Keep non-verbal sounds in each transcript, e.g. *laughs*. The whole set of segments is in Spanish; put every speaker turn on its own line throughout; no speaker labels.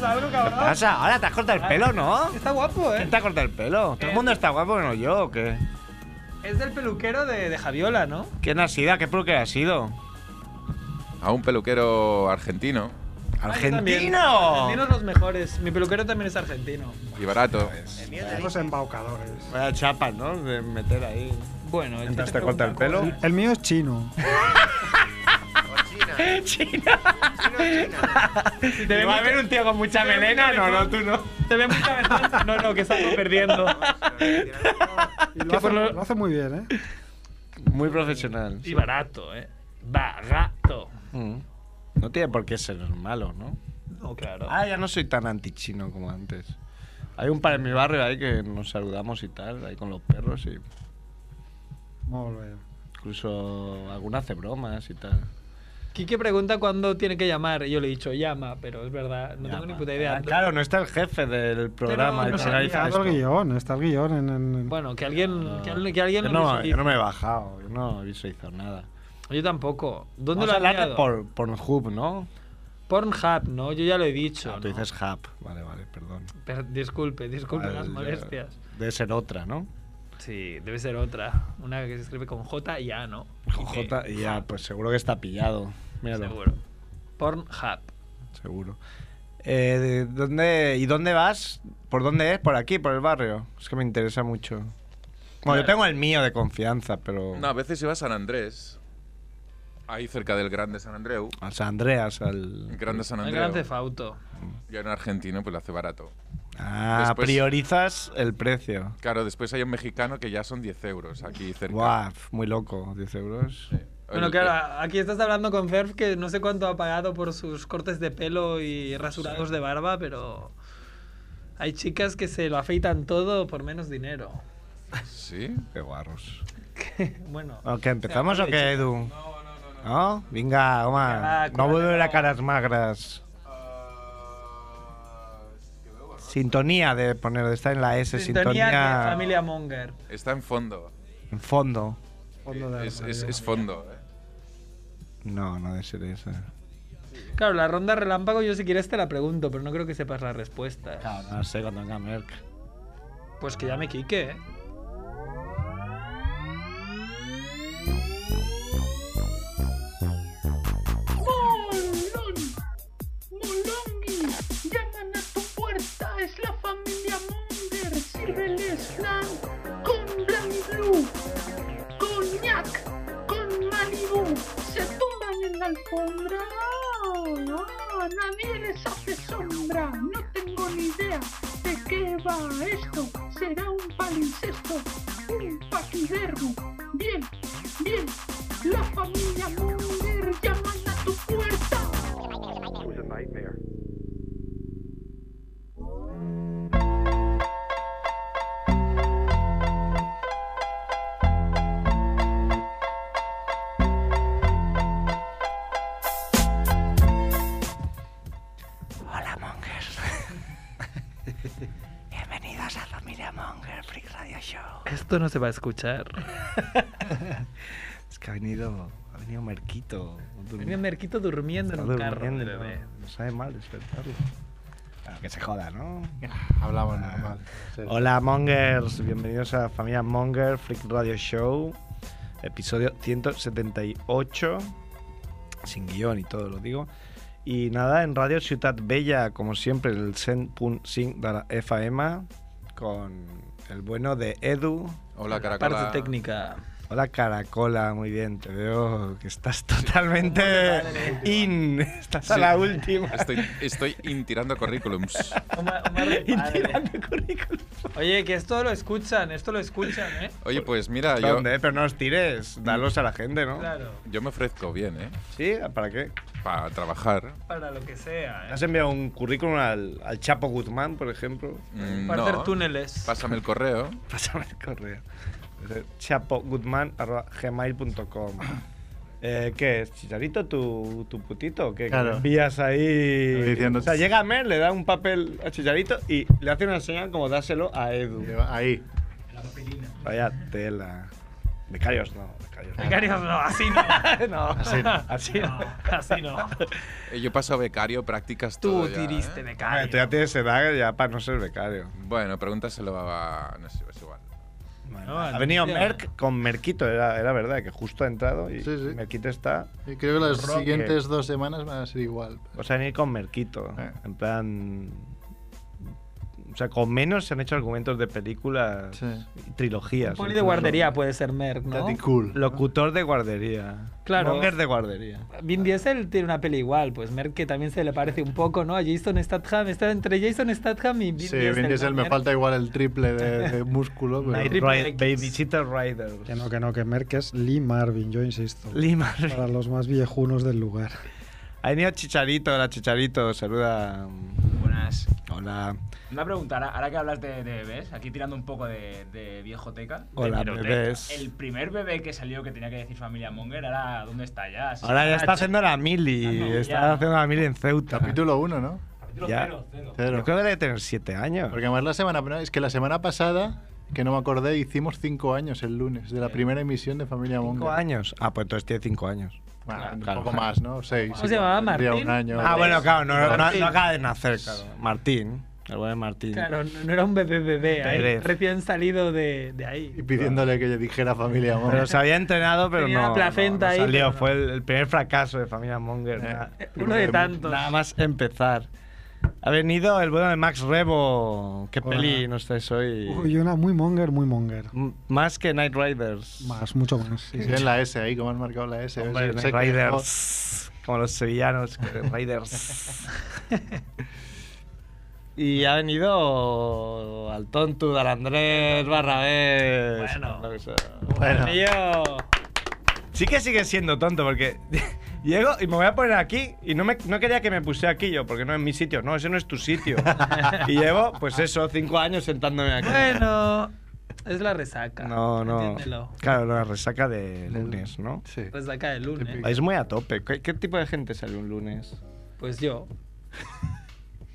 cabrón, cabrón.
pasa? Ahora te has cortado el pelo, ¿no?
Está guapo,
¿Quién
¿eh?
te ha cortado el pelo? Todo el mundo está guapo, menos yo, ¿o qué?
Es del peluquero de, de Javiola, ¿no?
¿Quién ha sido? ¿A qué que ha sido?
A un peluquero argentino
Argentino. Argentinos los mejores. Mi peluquero también es argentino.
y barato.
Los embaucadores.
Vaya chapa, ¿no? De meter ahí.
Bueno, el
Mientras te corta el pelo.
El mío es chino.
China. China.
Si te ve
va a
muy-
haber un tío con mucha
te ve muy
melena? No, no, tú
cabezón.
no.
Te ve muy cabezón. No, no, que salgo
*laughs*
perdiendo.
Y lo,
Que
hace,
por lo-
lo hace muy bien, ¿eh?
Muy profesional.
Y barato, ¿eh? Barato.
Mm. No tiene por qué ser malo, ¿no?
No, claro.
Ah, ya no soy tan antichino como antes. Hay un par en mi barrio ahí que nos saludamos y tal, ahí con los perros y
Muy bien.
incluso alguna hace bromas y tal.
Quique pregunta cuándo tiene que llamar. y Yo le he dicho llama, pero es verdad, no tengo ni
Llama.
puta idea.
Ah, claro, no está el jefe del programa.
no
el que
se
organiza
ha
Está el
esto.
guión, está el guión en. en-
Bueno, que alguien, que, al- que alguien
yo,
lo
no, yo
visualice.
no me he bajado, yo no he visualizado nada.
Yo tampoco. ¿Dónde
Vamos
lo
a
has
hablar
liado?
de por, Pornhub, ¿no?
Pornhub, ¿no? Yo ya lo he dicho.
Ah, tú
¿no?
dices Hub. Vale, vale, perdón.
Per- disculpe, disculpe
Vale,
las
Ah, ya-
molestias.
Debe ser otra, ¿no?
Sí, debe ser otra. Una que se escribe con J y A, ¿no?
Con J, y ya, pues seguro que está pillado. Míralo.
Seguro. Pornhub.
Seguro. Eh, ¿de ¿dónde, ¿Y dónde vas? ¿Por dónde es? ¿Por aquí? ¿Por el barrio? Es que me interesa mucho. Bueno, yo tengo el mío de confianza, pero...
No, a veces se va a San Andrés, ahí cerca del Grande San Andreu.
A San Andreas, al...
El Grande San
El
Andreu.
gran cefauto.
Y en argentino pues lo hace barato.
Ah,
Después-
priorizas el precio.
Claro, después hay un mexicano que ya son 10 euros aquí cerca.
Guau, muy loco, 10 euros.
Sí.
Bueno,
El-
eh,
claro, aquí estás hablando con Ferf que no sé cuánto ha pagado por sus cortes de pelo y rasurados de barba, pero hay chicas que se lo afeitan todo por menos
*laughs*
dinero.
Sí.
Qué guarros.
Bueno,
Ok, ¿empezamos o qué, Edu? No, no, no. ¿No? Venga,
Venga,
Oma. No
cúrate,
vuelvo a
no.
caras magras. Ah, Sintonía de poner, está en la S,
sintonía,
sintonía,
de familia Monger.
Está en fondo.
en fondo.
fondo de
Es, es-
armario.
es fondo. eh.
No, no debe ser esa.
Claro, la ronda relámpago yo si quieres te la pregunto, pero no creo que sepas la respuesta.
Claro, no sé cuando venga Merck.
Pues que llame Quique, ¿eh?
Molón, Molongi, llaman a tu puerta, es la familia Monger, sírveles flan con Blanc Blue, coñac, con Malibu, se tumban en la alfombra, no, nadie les hace sombra, no tengo ni idea de qué va esto, será un palincesto, un paquidermo, bien, bien, la familia Monger llaman a tu puerta.
Hola, Mongers. Bienvenidos a Familia Monger Freak Radio Show.
Esto no se va a escuchar.
Es que ha venido, ha venido Merquito.
Tenía Merquito durmiendo en un
Está
carro.
durmiendo,
bebé.
No sabe mal despertarlo. Claro, que se joda, ¿no? Ah,
Hablaba normal. Sí.
Hola Mongers, bienvenidos a Familia Monger Freak Radio Show, episodio 178, sin guión y todo lo digo. Y nada, en Radio Ciudad Bella, como siempre, el 100.5 de la FM, con el bueno de Edu.
Hola, caracola.
Parte técnica.
Hola Caracola, muy bien, te veo que estás totalmente in, estás a la última. *laughs*
Estoy, estoy in tirando currículums.
Omar- *laughs* Omar de
In
padre.
tirando currículum.
Oye, que esto lo escuchan, esto lo escuchan, ¿eh?
Oye, pues mira, yo,
¿Dónde? Pero no los tires, dalos a la gente, ¿no?
Claro,
yo me ofrezco bien, ¿eh?
¿Sí? ¿Para qué?
Para trabajar.
para lo que sea, ¿eh?
¿Has enviado un currículum al, al Chapo Guzmán, por ejemplo?
Mm,
Para hacer
No.
túneles.
Pásame el correo.
*laughs* Pásame el correo. Eh, chapoguzmán.gmail.com eh, ¿Qué es? ¿Chicharito tu, tu putito? o ¿Qué Que
Claro.
le envías ahí?
Diciendo-
O sea, llega Mer, le da un papel a Chicharito y le hace una señal como dáselo a Edu.
Ahí.
Vaya tela. Becarios no, becarios. no.
Becarios no, así *laughs* no.
No, así no. Así no.
No, así no.
Eh, Yo paso a becario, prácticas
Tú
todo ya,
tiriste
¿eh?
Hombre,
becario.
Ah, Tú ya tienes edad ya para no ser becario.
Bueno, pregúntaselo a... No sé, es igual.
Bueno,
No,
ha
al
venido
tío.
Merck con Merquito, era, era verdad, que justo ha entrado y
Sí, sí.
Merquito está.
Y creo que las
Roque.
siguientes dos semanas van a ser igual.
O sea, han ido con Merquito.
Eh.
En plan. O sea, con menos se han hecho argumentos de películas,
Sí.
y trilogías.
Poli de
incluso.
guardería puede ser Merck, ¿no?
Daddy cool.
Locutor de guardería.
Claro.
Monger de guardería.
Vin Diesel tiene una peli igual, pues Merck que también se le parece un poco, ¿no? A Jason Statham, está entre Jason Statham y Vin
Sí,
Diesel.
Vin Diesel
¿no?
me
Merck.
falta igual el triple
*laughs*
de, de músculo, pero
Night
Triple
Ride-
X.
Babysitter Riders.
Que no, que no, que Merck es Lee Marvin, yo insisto.
Lima.
Para los más viejunos del lugar.
Ha venido Chicharito, hola Chicharito, saluda.
Buenas.
Hola.
Una pregunta, ahora, ahora que hablas de, de bebés, aquí tirando un poco de, de viejoteca. de
Hola,
hemeroteca,
bebés.
El primer bebé que salió que tenía que decir familia Monger, ahora ¿dónde está ya? Sí,
Ahora ya está
che-
haciendo la mili,
Ah, no,
está
ya.
haciendo la mili en Ceuta.
capítulo 1, ¿no?
Capítulo
ya.
cero, cero.
Cero.
Yo creo que debe tener siete años.
Porque además la semana, no, es que la semana pasada, que no me acordé, hicimos 5 años el lunes de la primera emisión de Familia
¿Cinco
Monger.
años? Ah, pues entonces tiene cinco años.
Bueno,
Claro.
Un poco más, ¿no? 6.
¿Cómo se llamaba, Martín?
un año.
Ah, bueno, claro, no, no- no-
Martín.
no acaba de nacer, claro. Martín, el buen Martín.
Claro, no, no era un bebé bebé, ahí,
Pérez.
recién salido de, de ahí.
Y pidiéndole que le dijera Familia
Pero
Monger.
se había entrenado, pero
Tenía
no,
la
no,
placenta
no
ahí,
salió.
pero no.
Fue el, el primer fracaso de Familia Monger.
Eh.
nada-
Eh, Uno de tantos.
Nada más empezar. Ha venido el bueno de Max Rebo. ¿Qué
Hola.
peli nos traes hoy?
Uy, una muy monger, muy monger.
M- Más que Night Riders.
Más, mucho más. sí, sí.
Sí, en la S ahí, como han marcado la S.
Hombre,
Se-
Knight
se quejó.
Riders. Como los sevillanos, que- Riders. y ha venido al tontu, al Andrés, Barrabés.
Bueno.
lo que sea.
Bueno,
Tío.
Sí que sigue siendo tonto porque *laughs* llego y me voy a poner aquí y no, me, no quería que me puse aquí yo porque no es mi sitio. No, ese no es tu *laughs* sitio. y llevo, pues eso, cinco años sentándome aquí.
Bueno, es la resaca.
no, no.
Entiéndelo.
Claro, la resaca de lunes, ¿no?
sí.
Resaca del lunes.
Típico.
Es muy a tope. ¿Qué, qué tipo de gente sale un lunes?
Pues yo.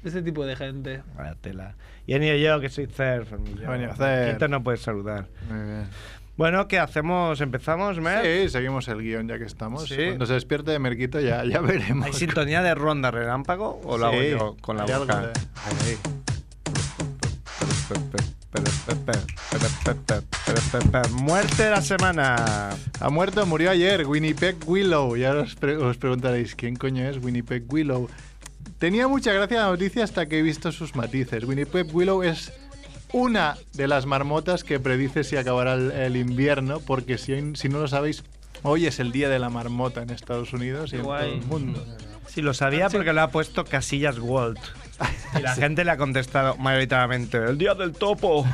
Ese tipo de gente.
A la tela. Y he venido yo, que soy surf.
Ha venido Cerf.
Quinto no puede saludar.
Muy bien.
Bueno, ¿qué hacemos? ¿Empezamos, Mer?
Sí, seguimos el guión ya que estamos.
Sí.
Cuando se despierte de Merquito ya, ya veremos.
¿Hay sintonía de ronda relámpago o la
Sí.
hago yo con la
Hay algo
boca?
de- Ahí.
Muerte de la semana.
Ha muerto, murió ayer, Winnipeg Willow. Y ahora os, pre- os preguntaréis, ¿quién coño es Winnipeg Willow? Tenía mucha gracia la noticia hasta que he visto sus matices. Winnipeg Willow es una de las marmotas que predice si acabará el, el invierno, porque si, si no lo sabéis, hoy es el día de la marmota en Estados Unidos y en
Guay.
todo el mundo.
Sí, lo sabía porque lo ha puesto Casillas Walt. Y
*laughs*
la gente le ha contestado mayoritariamente: ¡El día del topo!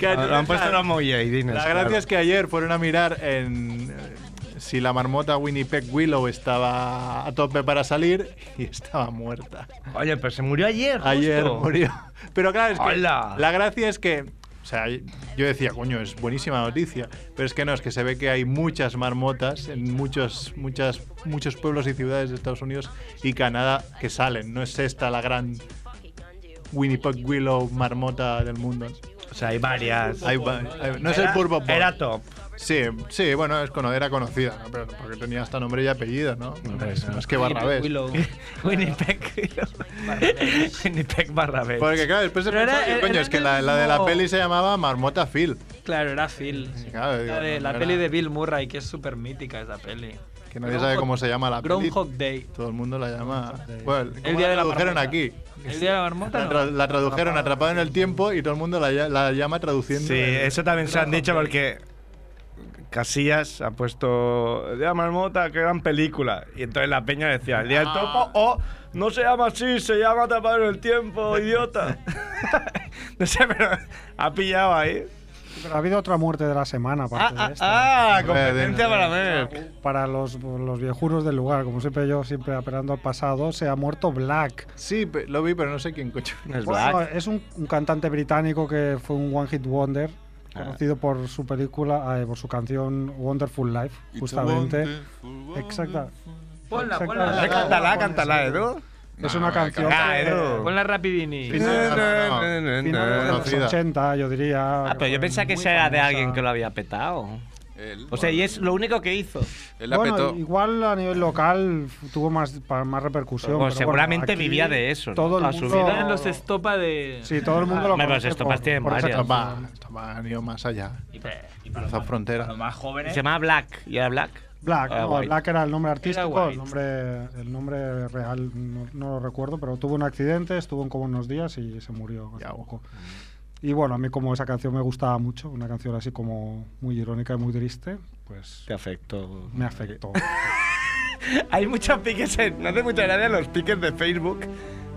lo han puesto los mollaidines.
La gracia es que ayer fueron a mirar en eh, si la marmota Winnipeg Willow estaba a tope para salir y estaba muerta.
Oye, pero se murió ayer.
Ayer
justo.
murió. Pero claro, es que
¡Hala!
la gracia es que o sea, yo decía, coño, es buenísima noticia, pero es que no, es que se ve que hay muchas marmotas en muchos, muchas, muchos pueblos y ciudades de Estados Unidos y Canadá que salen. No es esta la gran Winnipeg Willow marmota del mundo.
O sea, hay varias.
Hay va- hay- no es el
Era-
Purple Bowl.
Era top.
Sí, sí, bueno, es cono- era conocida, ¿no? Pero porque tenía hasta nombre y apellido, ¿no? No es, no es que Barrabés.
Willow.
Winnipeg.
*laughs*
Winnipeg Barrabés.
Porque claro, después se
Pero era-
pensaba que,
era-
coño,
era
es que
el
la, la de la
mismo-
peli se llamaba Marmota Phil.
Claro, era Phil.
claro, digo,
la de-
no,
la
no
peli
era-
de Bill Murray, que es súper mítica esa peli.
Que nadie sabe cómo se llama la peli.
Groundhog Day.
Todo el mundo la llama. Bueno,
El
¿cómo
día
la
de la
tradujeron
marmota.
aquí?
El día de la marmota.
La,
no.
tra- la tradujeron atrapada en el tiempo y todo el mundo la, ll- la llama traduciendo.
Sí,
el-
eso también se han dicho porque Casillas ha puesto El día de la marmota, qué gran película. Y entonces la peña decía, el día del topo, o no se llama así, se llama tapar el tiempo, idiota. *laughs* no sé, pero ha pillado ahí.
Pero ha habido otra muerte de la semana,
Ah,
aparte
ah,
de esta.
ah,
Hombre,
competencia
de-
para ver.
Para los, los viejunos del lugar, como siempre yo, siempre apelando al pasado, se ha muerto Black.
Sí, pe- lo vi, pero no sé quién coño.
No es
Bueno,
Black.
es un, un cantante británico que fue un one hit wonder,
Ah.
conocido por su película, eh, por su canción Wonderful Life, justamente. Exacta.
Ponla,
Exacta-
ponla.
Cántala, cántala, Edu.
Es una
no,
canción
claro.
Ah, Edu.
Ponla rapidini.
Sí, sí. no, no,
final de los
Conocida.
80, yo diría.
Ah, pero yo
fue
pensaba que
muy
esa era de
famosa.
alguien que lo había petado.
Él,
O sea,
bueno,
y es lo único que hizo.
él la
bueno,
petó.
igual a nivel local tuvo más, pa- más repercusión.
Bueno,
pero
Pues seguramente
aquí
vivía de eso, ¿no?
Todo el
Toda su
mundo,
vida.
Eran los estopa de.
Sí, todo el mundo
Ah,
lo
bueno,
conoce.
los estopas
por-
tienen
por esa
varias.
canción.
Estopa, estopa han ido más allá.
Y para, y para
Cruzar
los-
frontera.
para los más jóvenes.
Se llamaba Black. ¿Y era Black?
Black,
Ah,
no,
guay.
Black era el nombre artístico,
guay.
el nombre, el nombre real no, no lo recuerdo, pero tuvo un accidente, estuvo en coma unos días y se murió hace
Ya,
poco. Y bueno, a mí como esa canción me gustaba mucho, una canción así como muy irónica y muy triste, pues
Te afectó.
me afectó.
Hay muchos piques en. No hace mucha gracia los piques de Facebook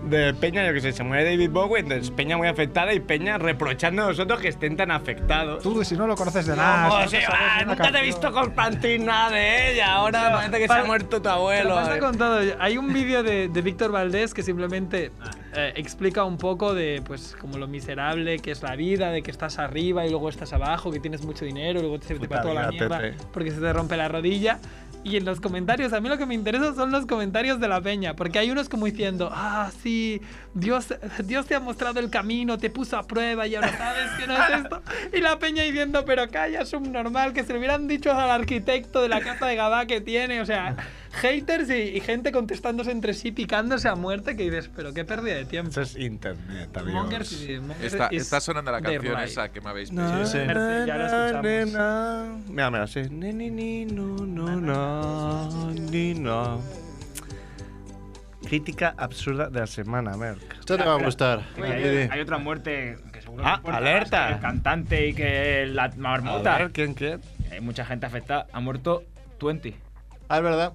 de Peña, yo que sé, se muere David Bowie, entonces Peña muy afectada y Peña reprochando a nosotros que estén tan afectados.
*laughs* Tú, si no lo conoces de nada,
No,
si no te sabes
Seba,
una
nunca te he
canción-
visto compartir nada de ella. Ahora parece que se ha
para-
muerto tu
Pero
abuelo.
basta
eh.
con todo. Hay un vídeo de, de Víctor Valdés que simplemente eh, explica un poco de pues como lo miserable que es la vida, de que estás arriba y luego estás abajo, que tienes mucho dinero, y luego te, te
Puta
va toda la
vida,
mierda
Pepe.
porque se te rompe la rodilla. Y en los comentarios, a mí lo que me interesa son los comentarios de la peña, porque hay unos como diciendo, ah, sí, Dios, Dios te ha mostrado el camino, te puso a prueba y ahora sabes que no es esto. Y la peña diciendo, pero calla, subnormal, que se lo hubieran dicho al arquitecto de la casa de Gabá que tiene, o sea, haters y, y gente contestándose entre sí, picándose a muerte, que dices, pero qué pérdida de tiempo.
Eso es internet,
Mongers
amigos.
y- Mongers
Está,
is
está sonando la
their
canción
life.
esa que me habéis
Na,
pedido.
sí.
Merci, ya la escuchamos.
na, na. Mira, mira, sí. Ni, ni, ni, no, no, no, ni, no. Crítica absurda de la semana, Merck.
Esto te va a gustar.
Que Hay, hay otra muerte que seguro
Ah,
que importa
alerta.
más que El cantante y que la
A
marmota.
ver, ¿quién, quién?
Hay mucha gente afectada. Ha muerto 20.
Ah, es verdad.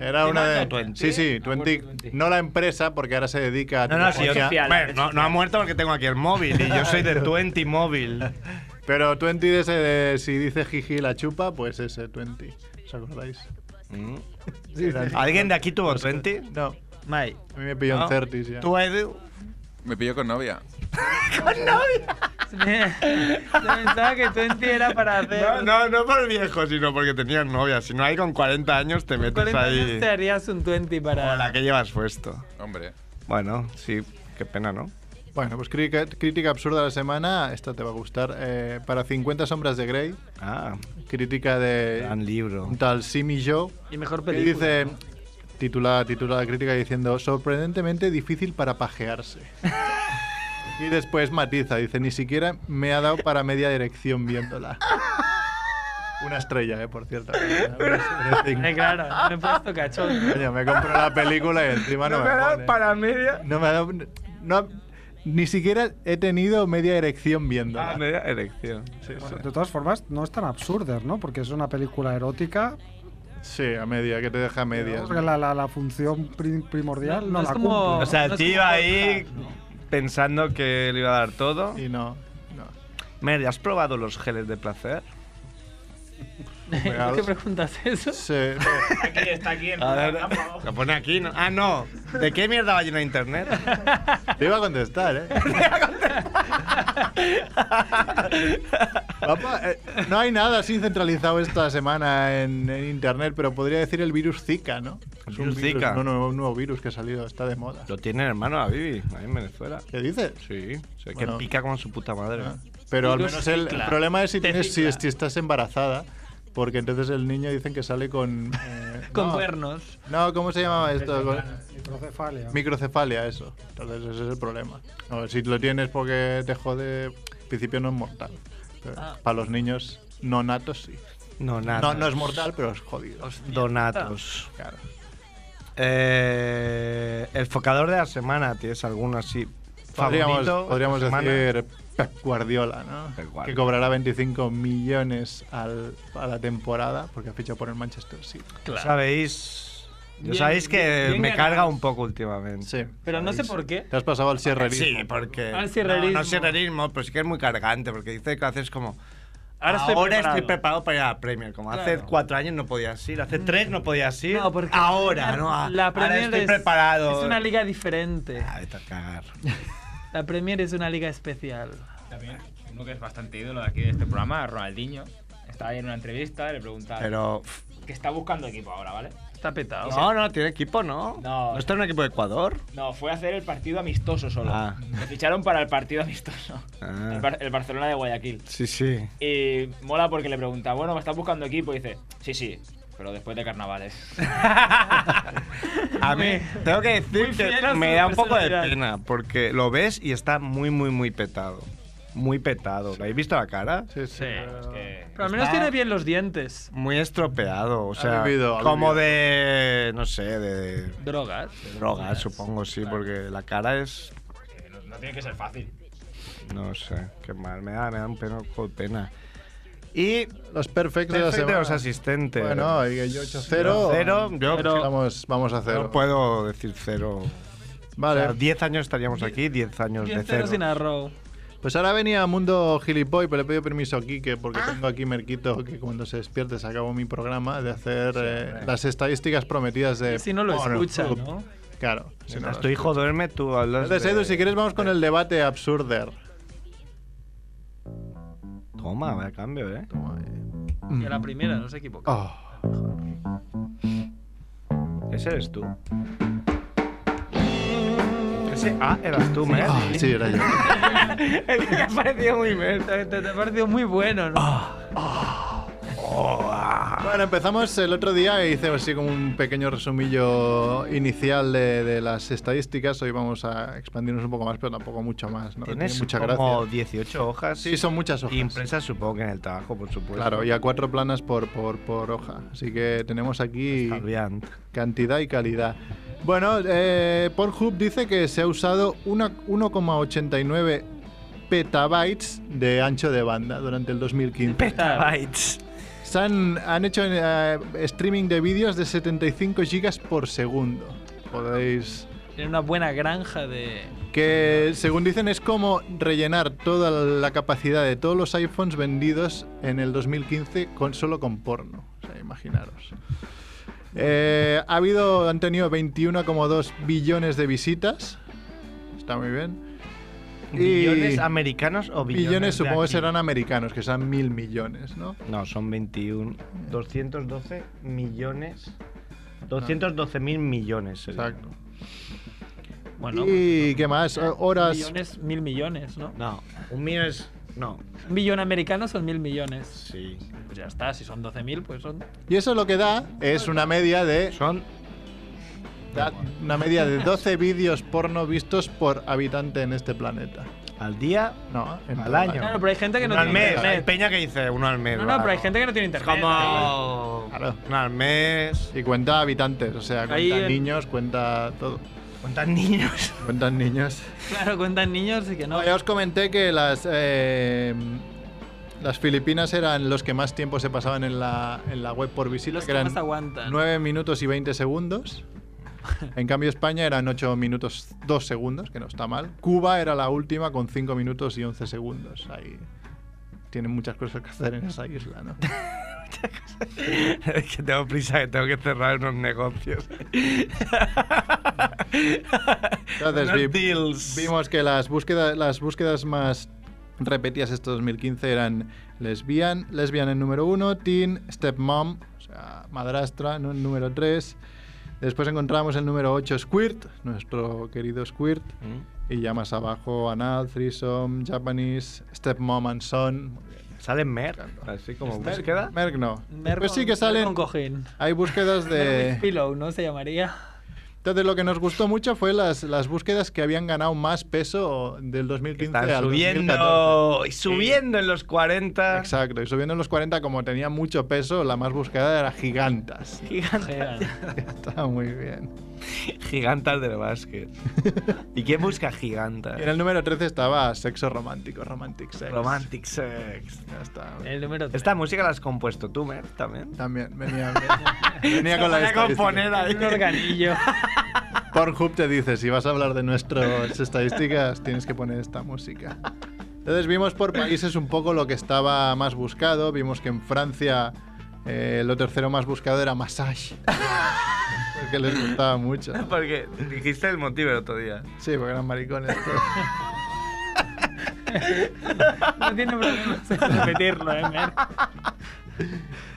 Era
Sí,
una
no,
de.
no, Twenty.
Sí, sí,
Ah, bueno,
Twenty.
Twenty.
No la empresa, porque ahora se dedica a.
No, no, sí, yo-
tecnología,
Social.
Bueno, no, no ha muerto porque tengo aquí el móvil y yo soy *laughs* de 20 móvil.
Pero Twenty, de ese de si dice jiji la chupa, pues ese Twenty. ¿Os acordáis?
Mm.
Era-
¿Alguien de aquí tuvo 20?
No,
Mike.
a mí me pilló
No.
en 30 ya.
¿Tú, Edu?
Me pilló con novia.
Yo pensaba que Twenty era para hacer.
*laughs* No, no, no por viejo, sino porque tenías novia. Si no hay con 40 años te metes
40 años
ahí.
te harías un 20 para.
O la que llevas puesto.
Hombre.
Bueno, sí, qué pena, ¿no?
Bueno, pues crítica, crítica absurda de la semana. Esta te va a gustar. Eh, para 50 Sombras de Grey,
Ah,
crítica
gran
de
libro.
un tal Simi Joe.
Y mejor
que
película.
dice. Titula, titula la crítica diciendo sorprendentemente difícil para *laughs* pajearse. y después matiza, dice, ni siquiera me ha dado para media dirección *laughs* viéndola. Una estrella, eh, por *laughs* cierto. Una estrella.
Eh, claro, me he puesto cachondo.
Coño, me compro la película y encima no, me, pone.
media.
No me ha dado. no ha- ni siquiera he tenido media erección viéndola.
Para Ah, media erección.
Sí,
Bueno,
sí.
de todas formas, no es tan absurda, ¿no? Porque es una película erótica.
Sí, a media, que te deja a medias.
digamos que La, la, la función prim-
No,
primordial
no
no,
es
la
como-
cumple.
O sea, el
No es
tío
como
ahí
Borja,
pensando que le iba a dar todo.
Y no. no.
Mer, ¿y ¿has probado los geles de placer?
¿Por qué preguntas eso?
Sí,
*laughs* Aquí está aquí en
A ver,
Ah, por favor.
lo pone aquí, ¿no? Ah, no. ¿De qué mierda va lleno internet?
te iba a contestar, ¿eh? Papá, eh, no hay nada así centralizado esta semana en, en internet, pero podría decir el virus Zika, ¿no?
¿El virus Zika?
No, no, un nuevo virus que ha salido, está de moda.
Lo tiene el hermano a Vivi, ahí en Venezuela.
¿Qué dices?
Sí, o sea,
Bueno.
que pica como su puta madre.
Ah, Pero al menos el, el problema es si, tienes, si, si estás embarazada, porque entonces el niño dicen que sale con... eh,
Con
no,
cuernos.
No, ¿cómo se llamaba esto? Con-
Microcefalia.
Microcefalia, eso. Entonces ese es el problema. No, si lo tienes porque te jode, en principio no es mortal. Pero Para los niños no natos sí.
No, nada.
No, no es mortal, pero es jodido.
Donatos.
Claro.
Eh, el focador de la semana, ¿tienes alguno así
Podríamos,
favorito?
podríamos
esta semana?
decir Pep Guardiola, ¿no?
Pep Guardiola.
Que cobrará 25 millones al- a la temporada porque ha fichado por el Manchester City.
Sabéis. ya
Bien,
sabéis que
bien, bien
me
ganado.
carga un poco últimamente.
Sí.
Pero no sé por qué.
Te has pasado al sierrerismo.
Sí,
Ah,
porque.
Al sierrerismo.
No, no sierrerismo, pero sí que es muy cargante, porque dice que haces como.
Ahora
Ahora,
estoy preparado.
estoy preparado para ir a la Premier. Como hace
Claro. Mm.
cuatro años no podías ir, hace tres no podías ir.
No, porque
ahora, ¿no? A-
La
ahora
Premier
estoy
es,
preparado.
es una liga diferente.
Ah, vete a cagar.
La Premier es una liga especial.
También uno que es bastante ídolo de aquí de este programa, Ronaldinho. Estaba ahí en una entrevista, le preguntaba.
Pero pff,
que está buscando equipo ahora, ¿vale?
Está petado.
No, no, tiene equipo, ¿no?
No.
¿No está en un equipo de Ecuador?
No, fue a hacer el partido amistoso solo.
Ah.
Me ficharon para el partido amistoso.
*laughs* Ah.
El, Bar- el Barcelona de Guayaquil.
Sí, sí.
Y mola porque le pregunta, bueno, ¿me estás buscando equipo? Y dice, sí, sí, pero después de carnavales.
A mí, tengo que
muy
decir
fiel a
que
su
me da un poco de
personalidad.
pena, porque lo ves y está muy, muy, muy petado. Muy petado. ¿Lo habéis visto la cara?
Sí,
Sí.
Es que-
Pero al menos
Está-
tiene bien los dientes.
Muy estropeado, o sea,
vivido, ha
como
vivido.
de, no sé, de
Drogas.
drogas, supongo, sí, porque la cara es,
que no, no tiene que ser fácil.
no sé, qué mal, me da, me da un pena, de pena. Y
Los perfects de la
perfecto de los
semana.
asistentes.
Bueno, ahí yo 8-0.
Cero, yo
Vamos, vamos a cero.
no puedo decir cero. O sea,
Vale.
10 años estaríamos aquí, 10 años de
10
cero.
cero sin arrow.
Pues ahora venía Mundo Gilipoy, pero le he pedido permiso a Quique porque tengo aquí Merquito que cuando se despierte se acabó mi programa de hacer eh, las estadísticas prometidas
Eh,
de.
Si no lo
Bueno,
escucha,
club.
¿no?
Claro. si no
Mientras
lo
tu hijo duerme, tú hablas
Entonces,
de-
Edu, si quieres, vamos con el debate absurder.
Toma, vaya cambio, ¿eh?
Y a la primera, no se
*laughs*
equivoca.
Oh,
Ese eres tú. Ese ah, eras tú, Mer.
ah, sí, era yo.
Me ha parecido muy bien.
Te, te- te ha parecido muy bueno, ¿no?
Ah.
Bueno, empezamos el otro día e hice así como un pequeño resumillo inicial de, de las estadísticas. Hoy vamos a expandirnos un poco más, pero tampoco mucho más. ¿no? Tiene
Tienes
mucha
como
gracia.
18 hojas.
Sí, son muchas hojas.
Impresas, supongo que en el trabajo, por supuesto.
Claro, y a cuatro planas por, por, por hoja. Así que tenemos aquí
Fabián.
cantidad y calidad. Bueno, eh, Pornhub dice que se ha usado una- 1,89 petabytes de ancho de banda durante el 2015.
Petabytes.
Se han, han hecho eh, streaming de vídeos de 75 gigas por segundo. Podéis.
Tiene una buena granja de.
Que según dicen es como rellenar toda la capacidad de todos los iPhones vendidos en el 2015 con, solo con porno. O sea, imaginaros. Eh, ha habido, han tenido 21,2 billones de visitas. Está muy bien. Y-
¿Billones americanos o billones? de
Billones supongo que
aquí?
serán americanos, que serán mil millones, ¿no?
No, son 21. 212 millones. 212 mil millones. sería.
Exacto.
Bueno,
¿Y qué más? Eh, Horas
millones, mil millones, ¿no?
No, un millón es. No.
Un millón americano son mil millones.
Sí.
Pues ya está, si son 12.000, pues son.
Y eso lo que da es una media de
Son.
da una media de 12 vídeos porno vistos por habitante en este planeta.
Al día,
No, en
Al
todo el
año.
Claro, pero hay gente que no
uno al
tiene
mes. Hay
internet.
peña que dice uno al mes.
No,
va.
no, pero hay gente que no tiene
Es
internet.
como.
Claro.
Uno al mes.
Y cuenta habitantes, o sea,
Ahí
cuenta
en-
niños, cuenta todo.
¿Cuántos niños? *laughs*
Cuentan niños.
Claro, cuentan niños y que no.
No, ya os comenté que las eh, las Filipinas eran los que más tiempo se pasaban en la, en la web por visita,
Los
que
que
eran
más aguantan.
9 minutos y 20 segundos. En cambio España eran 8 minutos 2 segundos, que no está mal. Cuba era la última con 5 minutos y 11 segundos. Ahí tienen muchas cosas que hacer en esa isla, ¿no?
Es que tengo prisa, que tengo que cerrar unos negocios.
Entonces
Unos
vi-
deals.
vimos que las búsquedas, las búsquedas más repetidas este 2015 eran lesbian, lesbian en número uno, teen, stepmom, o sea, madrastra, ¿no? en número 3. Después encontramos el número 8, Squirt, nuestro querido Squirt.
¿Mm?
Y ya más abajo, Anal, Threesome, Japanese, Stepmom and Son.
Sale Mer, así como búsqueda.
Merck no.
Mer
Pues sí
con-
que
mer
salen.
Con cojín.
Hay búsquedas de.
Pillow, ¿no? Se *laughs* llamaría.
Entonces lo que nos gustó mucho fue las, las búsquedas que habían ganado más peso del 2015
Están
al
subiendo
2014.
y subiendo en los 40.
Exacto, y subiendo en los 40 como tenía mucho peso, la más buscada era gigantas. *laughs*
Jegan.
Está muy bien.
Gigantas del básquet. ¿Y quién busca gigantas?
Y en el número 13 estaba sexo romántico, romantic sex.
Romantic sex.
Ya está.
El número tres.
Esta música la has compuesto tú, Mer, también.
También venía, venía con la
Voy a
estadística.
componer ahí.
Un organillo.
Pornhub te dice, si vas a hablar de nuestras estadísticas, tienes que poner esta música. Entonces vimos por países un poco lo que estaba más buscado. Vimos que en Francia eh, lo tercero más buscado era massage. porque les gustaba mucho.
Porque dijiste el motivo el otro día.
Sí, porque eran maricones.
*laughs* No tiene problema en repetirlo, ¿eh, Mer?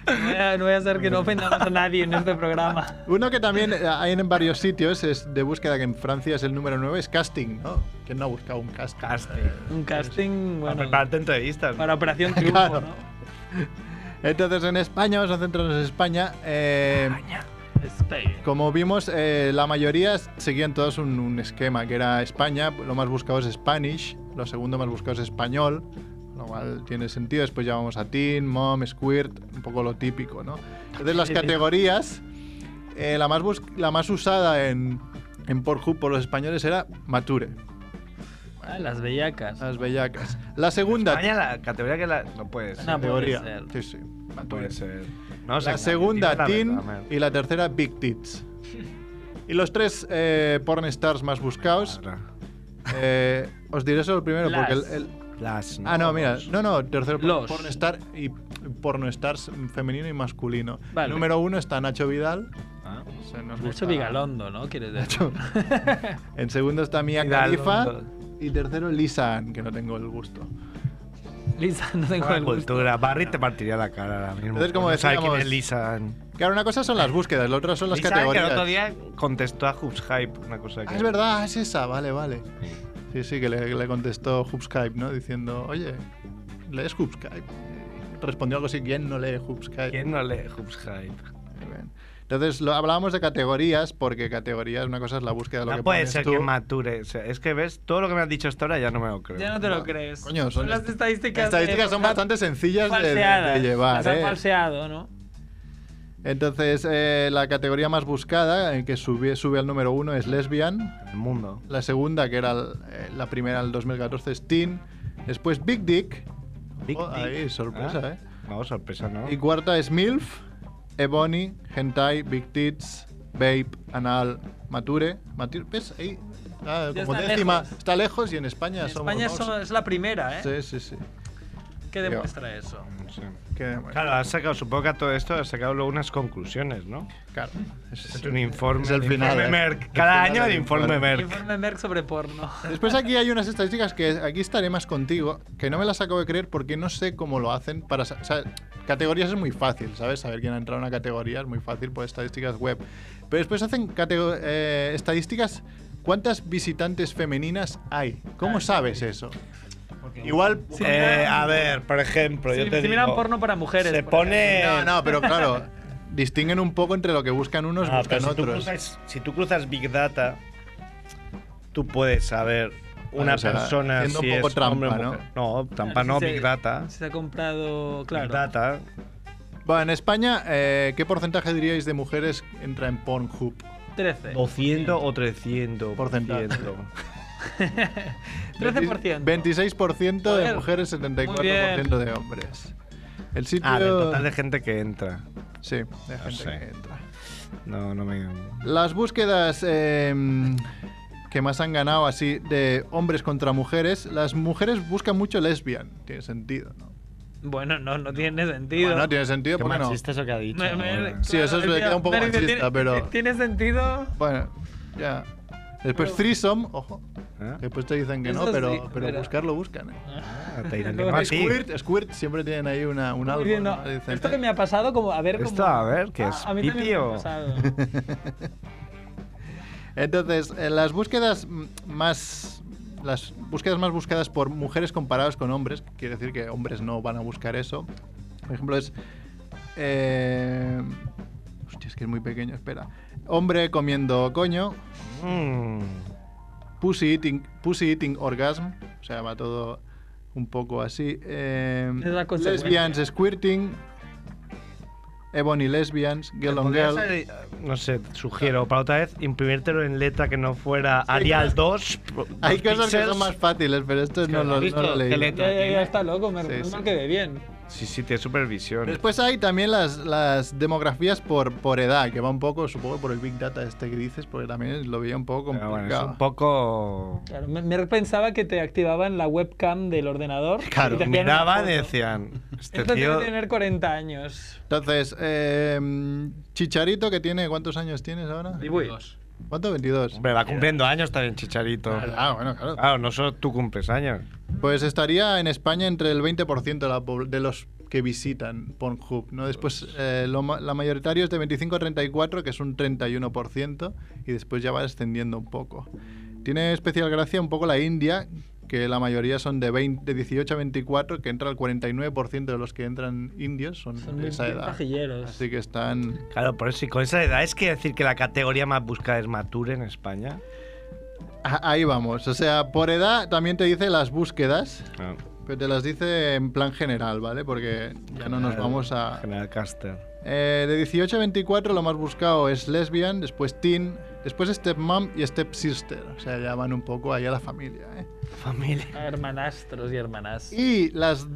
No voy a, no voy a hacer que no ofendamos a nadie en este programa.
Uno que también eh, hay en varios sitios es de búsqueda que en Francia es el número 9, es casting, ¿no? ¿Quién no ha buscado un casting?
Casting.
Un casting,
Para
bueno,
prepararte entrevistas.
para Operación Triunfo,
*laughs* Claro.
¿no?
Entonces en España, vamos a centrarnos en España, eh,
Spain.
como vimos, eh, la mayoría seguían todos un, un esquema, que era España, lo más buscado es Spanish, lo segundo más buscado es español, lo cual tiene sentido, después ya vamos a Teen, Mom, Squirt, un poco lo típico, ¿no? Entonces las categorías, eh, la, más bus- la más usada en, en Pornhub por los españoles era Mature.
Ah, las bellacas.
Las bellacas. La segunda
España, la categoría que la. No puedes.
No,
categoría.
puede
Sí, sí.
puede ser. No,
pues. La segunda Teen
y
y la tercera Big Tits. Y los tres eh, porn stars más buscados. eh, os diré solo el primero
Las.
porque el, el-
Las.
ah no mira no no tercero
Los.
porn star y porno stars femenino y masculino.
Vale.
Número uno está Nacho Vidal. Se nos gusta.
Nacho Vigalondo, ¿no? Quieres
*laughs*
decir.
Nacho. en segundo está Mia
Vidal,
Khalifa
Londo.
y tercero Lisa Ann que no tengo el gusto.
Lisa, no tengo
La
el gusto.
cultura. Barry te partiría la cara ahora mismo.
Entonces, como
No sabe quién
decíamos-
es Lisa.
Claro una cosa son las búsquedas, la otra son las
Lisa,
categorías.
que el otro día contestó a Hoops Hype una cosa que.
Ah, es verdad, es esa, vale, vale. Sí, sí, que le, le contestó Hubskype, ¿no? Diciendo, oye, ¿lees Hubskype? Eh, Respondió algo así, ¿quién no lee Hubskype?
¿Quién no lee Hoops Hype?
Muy bien. Entonces, lo, hablábamos de categorías, porque categorías, una cosa es la búsqueda de lo
No
que
puede
pones
ser
tú.
que mature. o sea, es que ves, todo lo que me has dicho hasta ahora ya no me lo creo.
Ya no te lo crees.
Coño, son
las estadísticas.
Las estadísticas
eh,
son bastante sencillas de- de,
falseadas.
de llevar,
Las han
¿eh?
falseado, ¿no?
Entonces, eh, la categoría más buscada, en que sube, sube al número uno, es lesbian.
El mundo.
La segunda, que era eh, la primera del 2014, es teen. Después, Big Dick.
Big
Oh,
Dick.
ahí, sorpresa,
Ah.
¿eh?
No, sorpresa, ¿no?
Y cuarta es MILF, Ebony, Hentai, Big Tits, Babe, Anal, Mature. Mature ¿Ves? Ahí, ah,
Ya
como
está
décima.
lejos.
Está lejos y en España
En
somos.
España
¿no?
son- es la primera, ¿eh?
Sí, sí, sí.
¿Qué demuestra eso?
Sí.
Qué- bueno,
Claro, has sacado, supongo que a todo esto has sacado luego unas conclusiones, ¿no?
claro. Es-
Es un informe.
Es el
el
final,
informe
¿eh?
Merck.
El
Cada
final
año el
del
informe
informe.
Merck.
Informe Merck sobre
*laughs*
porno.
Después aquí hay unas estadísticas que aquí estaré más contigo, que no me las acabo de creer porque no sé cómo lo hacen. Para, sa- o sea, categorías es muy fácil, ¿sabes? Saber quién ha entrado en una categoría es muy fácil por estadísticas web. Pero después hacen catego- eh, estadísticas, ¿cuántas visitantes femeninas hay? ¿Cómo sabes eso? Igual...
Eh, a ver, por ejemplo,
Si,
yo te
si
digo.
miran porno para mujeres.
se
por
pone.
No, no, pero claro, distinguen un poco entre lo que buscan unos y
Ah,
buscan
pero si tú,
otros.
cruzas, si tú cruzas Big Data, tú puedes saber una
Vale, o sea,
persona
haciendo
si
un poco
es hombre o
trampa, ¿no?
mujer. No,
ejemplo.
trampa no,
Si se-
Big Data.
Si se ha comprado, claro.
Big Data.
Bueno, en España, eh, ¿qué porcentaje diríais de mujeres entra en Pornhub?
13.
200 o 300
Porcentaje. *laughs*
13%.
26% de
Joder.
mujeres, 74% de hombres. El sitio.
Ah, del total de Ah, gente que entra.
Sí, de gente
sé.
que entra.
No, no me.
Las búsquedas eh, que más han ganado así de hombres contra mujeres, las mujeres buscan mucho lesbian. Tiene sentido, ¿no?
Bueno, no, no tiene sentido.
Bueno, tiene sentido, ¿por qué no?
eso que ha dicho.
Me-
¿eh?
me-
Sí, eso
claro,
le queda un poco
dice,
machista,
tiene-
pero-
¿Tiene sentido?
Bueno, ya. Después threesome, ojo.
¿Eh?
Después te dicen que no,
Eso
pero,
sí,
pero
pero-
buscarlo buscan. ¿eh?
Ah, te
*laughs*
irán
Luego
a ti.
Squirt, squirt, siempre tienen ahí una, un algo.
Diciendo,
¿no? Dicen,
Esto que me ha pasado, como a ver.
Esto,
como-
a ver, ¿qué
Ah,
es?
A mí también
¿Pipi
me ha
o- *laughs*
pasado.
Entonces, en las búsquedas m- más las búsquedas más buscadas por mujeres comparadas con hombres, quiere decir que hombres no van a buscar eso. Por ejemplo, es eh, hostia, es que es muy pequeño, espera. Hombre comiendo coño,
Mm.
pussy eating, pussy eating orgasm, o sea, va todo un poco así. eh,
Es la consecuencia.
lesbians squirting, ebony lesbians, girl on
Podrías,
girl.
eh, No sé, te sugiero para otra vez imprimírtelo en letra que no fuera Arial 2. pro-
Hay
dos
cosas que
píxeles.
son más fáciles, pero esto no, lo, no lo leí.
Ya, ya, ya, está loco, me,
Sí,
no
sí.
me quedé bien.
Sí, sí, tiene supervisión.
Después hay también las, las demografías por, por edad, que va un poco, supongo, por el Big Data este que dices, porque también lo veía un poco
Pero
complicado.
bueno, es un poco.
Claro, me, me pensaba que te activaban la webcam del ordenador.
Claro,
y te hacían una
Miraban
foto.
y decían. Este
Esto
tío.
debe tener 40 años.
Entonces, eh, Chicharito, que tiene, ¿cuántos años tienes ahora?
Y voy.
¿Cuánto? 22.
Hombre, va cumpliendo años también, Chicharito.
Ah, bueno, claro.
Claro, no solo tú cumples años.
Pues estaría en España entre el 20% de, la, pobl- de los web que visitan Pornhub. ¿no? Después, eh, lo ma- la mayoritario es de 25 a 34, que es un 31%, y después ya va descendiendo un poco. Tiene especial gracia un poco la India, que la mayoría son de, 20 de 18 a 24, que entra el 49% de los que entran indios son,
Son
de esa
bien
edad.
pajilleros.
Así que están...
Claro, por eso, y con esa edad es que decir que la categoría más buscada es Mature en España.
a- Ahí vamos. O sea, por edad también te dice las búsquedas,
Ah.
pero te las dice en plan general, ¿vale? Porque ya no nos
General-
vamos a...
General Caster.
Eh, de 18 a 24 lo más buscado es lesbian, después teen, después stepmom y stepsister. O sea, ya van un poco ahí a la familia. ¿eh?
Familia.
Hermanastros y hermanas.
Y las,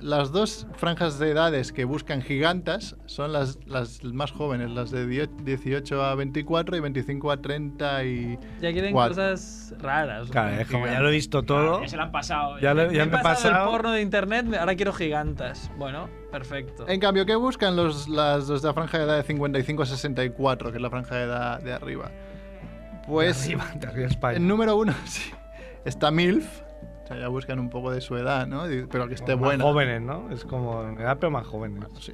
las dos franjas de edades que buscan gigantas son las, las más jóvenes, las de 10 18 a 24 y 25 a 30 y...
Ya quieren
Guau.
cosas raras.
Claro, es como ya lo he visto todo.
Ya se la han pasado.
Ya lo-
Me
ya
he
me he
pasado el
pasado.
porno de internet, me- ahora quiero gigantas. Bueno, perfecto.
En cambio, ¿qué buscan los, las, los de la franja de edad de 55 a 64, que es la franja de edad de arriba? Pues...
Terrible España.
El número uno *laughs* sí, está MILF. O sea, ya buscan un poco de su edad, ¿no? Y- Pero que esté
Más
buena.
Jóvenes, ¿no? Es como en edad, pero más jóvenes.
Sí.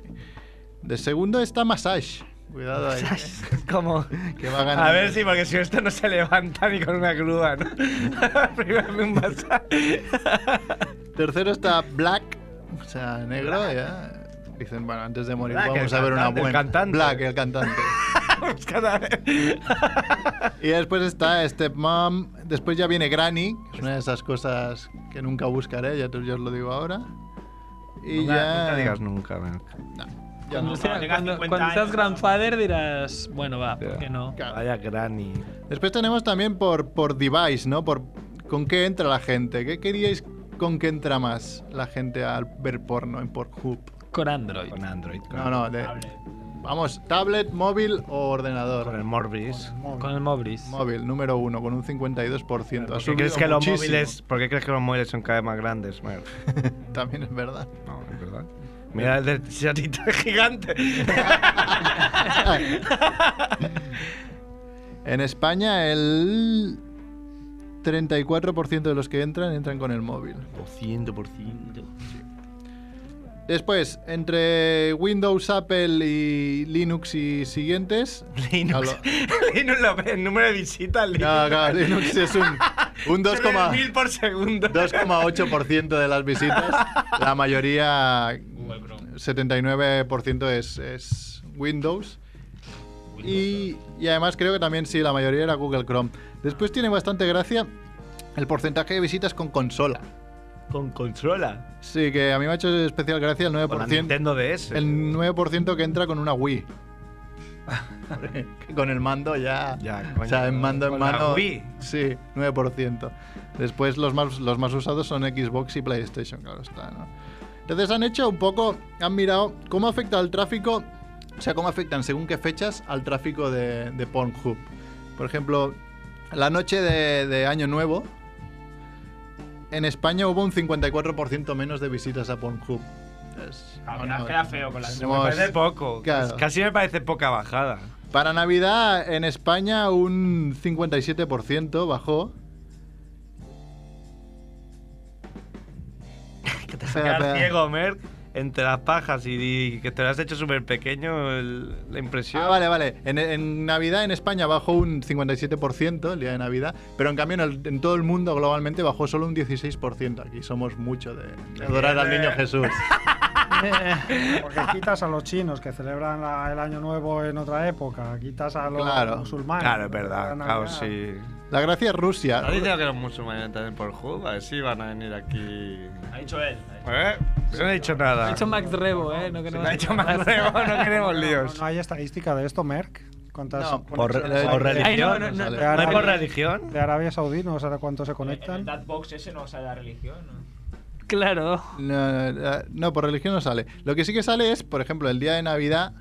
De segundo está Massage. *laughs* Cuidado ahí. ¿eh?
como.
*laughs* Que va a ganar.
A ver si, porque si esto no se levanta ni con una grúa,
*laughs*
*laughs*
¿no? Primero un masaje.
Tercero está Black. O sea, negro, ya. Dicen, bueno, antes de morir
Black,
vamos
el
a ver una
cantante, el
buena.
cantante.
Black, el cantante.
Cada vez.
y después está Stepmom. Después ya viene Granny, que es una de esas cosas que nunca buscaré, ya te- yo os lo digo ahora. Y
nunca,
ya.
nunca digas nunca, man.
ya
cuando,
no.
sea-
tengas
cuando-
50
cuando seas
años,
grandfather dirás, bueno, va, ¿por qué no?
Claro.
Vaya granny.
Después tenemos también por, por device, ¿no? Por con qué entra la gente. ¿Qué queríais con qué entra más la gente al ver porno en Pornhub?
Con Android.
Con Android. Con,
No, no, de- vamos, tablet, móvil o
con
ordenador.
el Morbis.
Con el Mobris.
Móvil, número uno, con un 52%. Ha
¿Por qué,
subido
crees que los
muchísimo.
móviles, ¿Por qué crees que los móviles son cada vez más grandes,
*laughs*
Mer?
También
*laughs*
es verdad.
No, es verdad. Mira el de chatita *laughs* gigante.
en España, el 34% de los que entran entran con el móvil.
200%.
Después, entre Windows, Apple y Linux
*laughs*
y siguientes.
Linux. Linux lo ve, el número de visitas.
No, claro, Linux es
*laughs*
un, un 2,
mil por segundo.
2,8% de las visitas. La mayoría,
Google Chrome.
79% es, es Windows. Y, y además creo que también sí, la mayoría era Google Chrome. Después tiene bastante gracia el porcentaje de visitas con consola.
Con consola.
Sí, que a mí me ha hecho especial gracia el
Con la
9%,
Nintendo DS.
el 9 que entra con
*laughs*
una Wii. con el mando ya...
Ya,
O sea, en mando en
Con la
mano.
Wii.
Sí, 9%. Después los más, los más usados son Xbox y PlayStation, claro está, ¿no? Entonces han hecho un poco, han mirado cómo afecta al tráfico, o sea, cómo afectan según qué fechas al tráfico de, de Pornhub. Por ejemplo, la noche de, de Año Nuevo, en España hubo un 54% menos de visitas a Pornhub. Es-
Ah,
no,
queda-
no,
queda feo con las
tenemos-
Me parece poco.
Claro.
Casi me parece poca bajada.
Para Navidad en España un 57% bajó.
Que te
Espera,
saca el
espera.
ciego, Merck, entre las pajas y, y que te lo has hecho súper pequeño el- la impresión.
Ah, vale, vale. En, en Navidad en España bajó un 57% el día de Navidad, pero en cambio en, el- en todo el mundo globalmente bajó solo un 16%. Aquí somos mucho de, de adorar al niño Jesús.
Porque quitas a los chinos que celebran la- el año nuevo en otra época, quitas a los
Claro.
musulmanes.
Claro, es
que
verdad.
celebran
Claro,
Navidad.
sí.
La gracia es
¿No
Rusia.
diciendo que los musulmanes también por Cuba? A ver si van a venir aquí.
Ha dicho él.
¿Eh? Yo no he dicho nada.
Ha hecho Max Rebo, ¿eh? No
No
queremos-
ha dicho más rebo, no queremos líos.
No, no hay estadística de esto, Merck. ¿Cuántas
No,
conexiones
por-
hay
por
de-
religión.
*laughs* Ay, no, no, no,
Sale.
no.
¿No hay por
Ahora-
religión?
De Arabia Saudí, no sé de cuántos se
En el
conectan.
Datbox ese no sale la religión. ¿no?
Claro.
No, no, no, por religión no sale. Lo que sí que sale es, por ejemplo, el día de Navidad,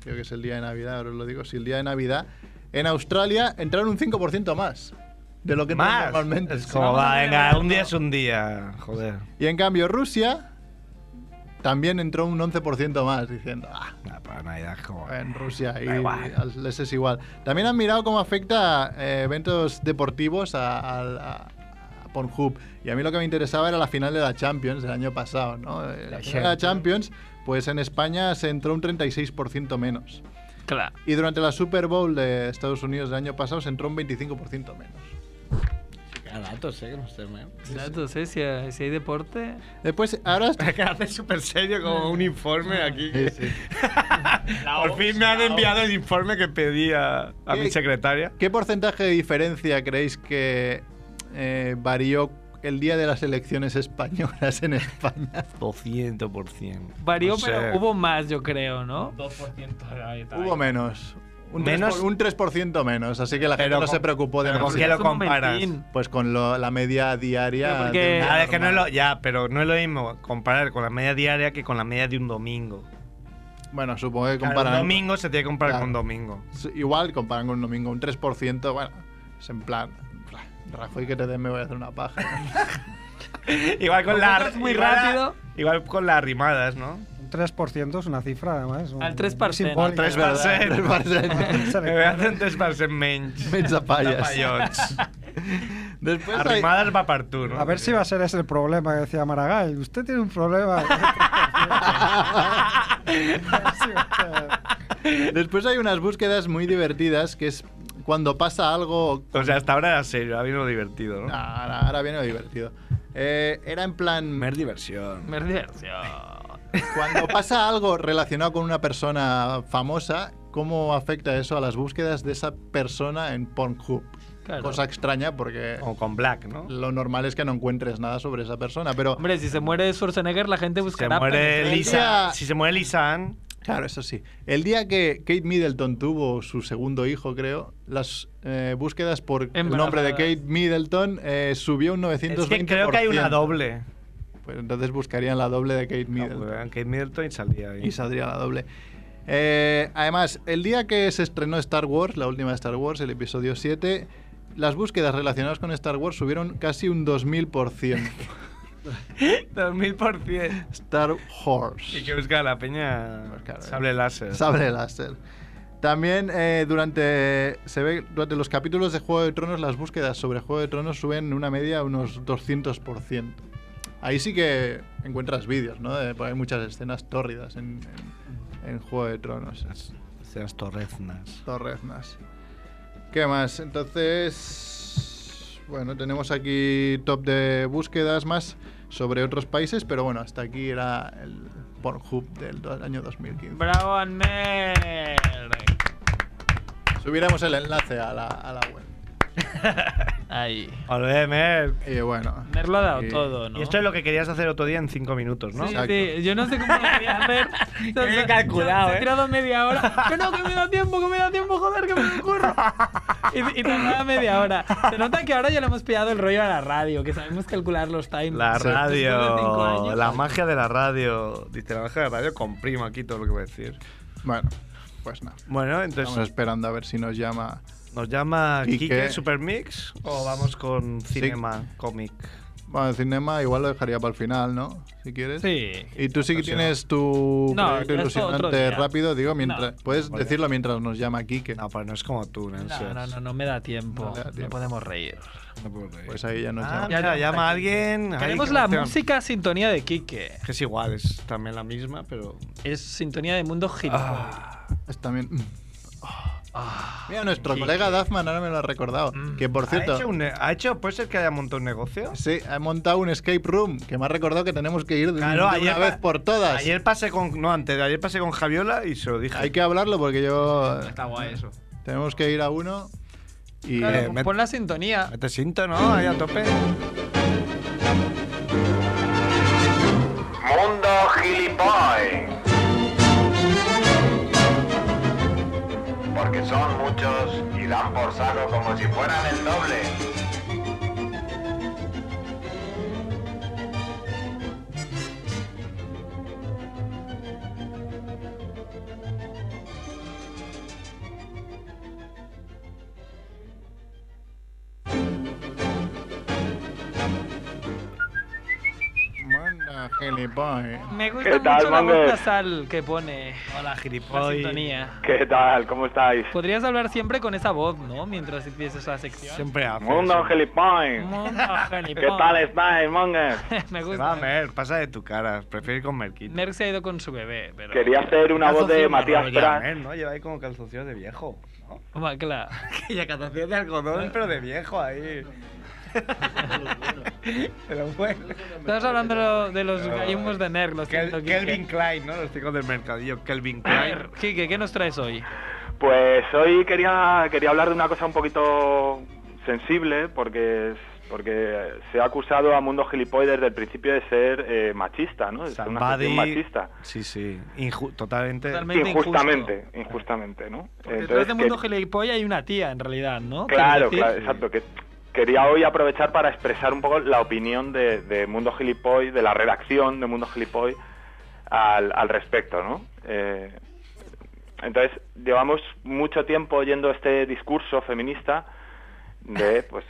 creo que es el día de Navidad, ahora os lo digo, sí, el día de Navidad, en Australia entraron un 5% más de lo que entran
Más.
normalmente.
Es como, va, venga, un día es un día. Joder.
Y en cambio Rusia también entró un 11% más, diciendo, ah,
Nah, para Navidad es como.
en Rusia ahí
Da igual.
al- les es igual. También han mirado cómo afecta eh, eventos deportivos a, al- a- a Pornhub. Y a mí lo que me interesaba era la final de la Champions del año pasado, ¿no? Eh, La, final de la Champions, Pues en España se entró un 36% menos.
Claro.
Y durante la Super Bowl de Estados Unidos del año pasado se entró un 25% menos.
A datos, eh, que no sé, man.
Entonces, si hay, si hay deporte.
Después, *laughs* ahora est-
Que hace súper serio como un informe aquí.
Sí, sí.
Por fin me han enviado el informe que pedía a
¿Qué?
mi secretaria.
¿Qué porcentaje de diferencia creéis que eh, varió el día de las elecciones españolas en España?
200%.
Varió,
No
pero
sé.
hubo más, yo creo, ¿no?
2% de la mitad.
Hubo menos. Un,
Menos-
3%, un 3% menos, así que la gente
Pero
no
con-
se preocupó de
pero
nada.
¿Con qué lo
Es un
comparas?
momentín.
Pues con lo- la media diaria.
Pero porque-
de un día
Ah,
A ver, que no es
normal.
lo, ya, pero no es lo mismo comparar con la media diaria que con la media de un domingo.
Bueno, supongo que
Claro,
comparan.
un domingo se tiene que comparar
Claro.
con un domingo. *laughs*
Sí, Igual comparan con un domingo, un 3%. Bueno, es en plan. Rajoy, que te den, me voy a hacer una paja.
*laughs* Igual con la
Comparas muy
igual a-
rápido.
Igual con las rimadas, ¿no?
Un 3% es una cifra, además. un-
Al 3%.
simbólica.
Al
Tres
va a
verdad,
ser.
tres va a
*laughs*
ser.
Me voy a hacer un test para ser menys.
Menja palles.
Tapallots.
Después hay-
Arrimadas va para tú, ¿no?
A ver si va a ser ese el problema que decía Maragall. Usted tiene un problema. Sí, va a
Después hay unas búsquedas muy divertidas que es cuando pasa algo.
O sea, hasta ahora era serio, ahora viene lo divertido, ¿no?
Ah, ahora- ahora viene lo divertido. Eh, era en plan.
Mer diversión.
Mer diversión.
Cuando pasa algo relacionado con una persona famosa, ¿cómo afecta eso a las búsquedas de esa persona en Pornhub?
Claro.
Cosa extraña porque
O Eh, con Black, ¿no?
lo normal es que no encuentres nada sobre esa persona, pero
Hombre, si se muere Schwarzenegger, la gente
Se
buscará.
muere
penetración.
Lisa. Si se muere Lisa Ann,
claro, eso sí. El día que Kate Middleton tuvo su segundo hijo, creo, las eh, búsquedas por el nombre de
Embarazadas.
Kate Middleton eh, subió un 920%.
es que creo que hay una doble.
Pues entonces buscarían la doble de Kate Middleton.
Aunque Middleton y salía ahí.
y saldría la doble. Eh, además, el día que se estrenó Star Wars, la última de Star Wars, el episodio 7, las búsquedas relacionadas con Star Wars subieron casi un 2000%.
2000%.
Star Wars.
Y que busca la peña
Pues claro,
sable láser.
Sable láser. También eh, durante, se ve, durante los capítulos de Juego de Tronos, las búsquedas sobre Juego de Tronos suben en una media unos 200%. Ahí sí que encuentras vídeos, ¿no? De- porque hay muchas escenas tórridas en, en- en Juego de Tronos.
Seas torreznas.
Torreznas. ¿Qué más? Entonces, bueno, tenemos aquí top de búsquedas más sobre otros países, pero bueno, hasta aquí era el Pornhub del do- año 2015.
Bravo, Anmer.
Subiremos el enlace a la, a la web.
Ahí.
Olé, Mer.
Y bueno.
Mer lo ha dado
y-
todo, ¿no?
Y esto es lo que querías hacer otro día en 5 minutos, ¿no?
Sí,
Exacto.
sí, yo no sé cómo lo quería
*laughs*
hacer.
Bien calculado,
se ha
¿eh?
tirado media hora. Que no, que me da tiempo, que me da tiempo, joder, que me lo ocurro. Y, y tardaba media hora. Se nota que ahora ya le hemos pillado el rollo a la radio, que sabemos calcular los times.
La
Después de cinco
radio,
años.
la magia de la radio. Dice, la magia de la radio comprimo aquí todo lo que voy a decir.
Bueno, pues nada.
Bueno, entonces
Estamos esperando a ver si nos llama.
nos llama
Quique.
Kike Supermix o vamos con Cinema Comic.
Bueno, el cinema igual lo dejaría para el final, ¿no? Si quieres.
Sí.
Y tú sí que tienes tu
No, esto otro
proyecto ilusionante
día.
rápido, digo, mientras.
No.
Puedes decirlo mientras nos llama Kike.
No, pues no es como tú, no,
No, no, no, no me da tiempo.
No le da
No,
tiempo.
podemos reír.
Pues ahí ya nos
Ah,
llama.
mira, llama a alguien. Ay,
Tenemos
qué
la
emoción.
música sintonía de Quique.
Que es igual, es también la misma, pero.
Es sintonía de mundo hip
Es también. mm. Mira, nuestro colega Dazman ahora me lo ha recordado. Que por
¿Ha
cierto,
hecho, un ne- ha hecho- ¿Puede ser que haya montado un negocio?
sí, ha montado un escape room que me ha recordado que tenemos que ir de,
Claro,
de
ayer
una
pa-
vez por todas.
Ayer pasé con. No, antes de ayer pasé con Javiola y se lo dije.
Hay que hablarlo porque yo.
Está guay eso.
Tenemos que ir a uno. Y
Claro,
Eh,
pon-
met-
pon la sintonía.
Mete cinto, ¿no? Ahí a tope.
Mundo Gilipoy. Porque son muchos y dan por saco como si fueran el doble.
Manda Gilipollas.
Me
¿Qué
gusta
tal,
mucho la voz
Mander?
nasal que pone
Hola,
la
gilipollas.
sintonía.
¿Qué tal? ¿Cómo estáis?
Podrías hablar siempre con esa voz, ¿no? Mientras empiezas la sección.
Siempre hace.
Mundo
eso.
gilipollas.
Mundo
¿Qué tal
gilipollas.
estáis, monger?
*laughs* Me
Se va a
gusta.
Mer, pasa de tu cara. Prefiero ir con Merquito.
Merck se ha ido con su bebé, pero...
Quería hacer una voz de
Calzoncillo
Matías
marrón ya,
Prat.
Mer, ¿no? Lleva ahí como calzoncillos de viejo. ¿no?
Home, clar.
Y a calzoncillos de algodón, pero de viejo ahí. pero bueno.
Estamos hablando de lo- de los gallimbos de Nerg, los
Kel-
115.
Kelvin Klein, ¿no? Los chicos del mercadillo. Kelvin
A
Klein.
ver, Quique, ¿qué nos traes hoy?
Pues hoy quería, quería hablar de una cosa un poquito sensible porque, es- porque se ha acusado a Mundo Gilipollas desde el principio de ser eh, machista, ¿no? De ser una
Somebody-
sección machista.
Sí, sí. Inju- totalmente. *laughs*
Totalmente
Injustamente,
injusto.
injustamente, ¿no?
Porque
Entonces,
detrás de
que-
Mundo Gilipollas hay una tía, en realidad, ¿no?
Claro,
¿Quieres decir?
claro, exacto. Que quería hoy aprovechar para expresar un poco la opinión de, de Mundo Gilipoy, de la redacción de Mundo Gilipoy al, al respecto, ¿no? Eh, entonces, llevamos mucho tiempo oyendo este discurso feminista de, pues,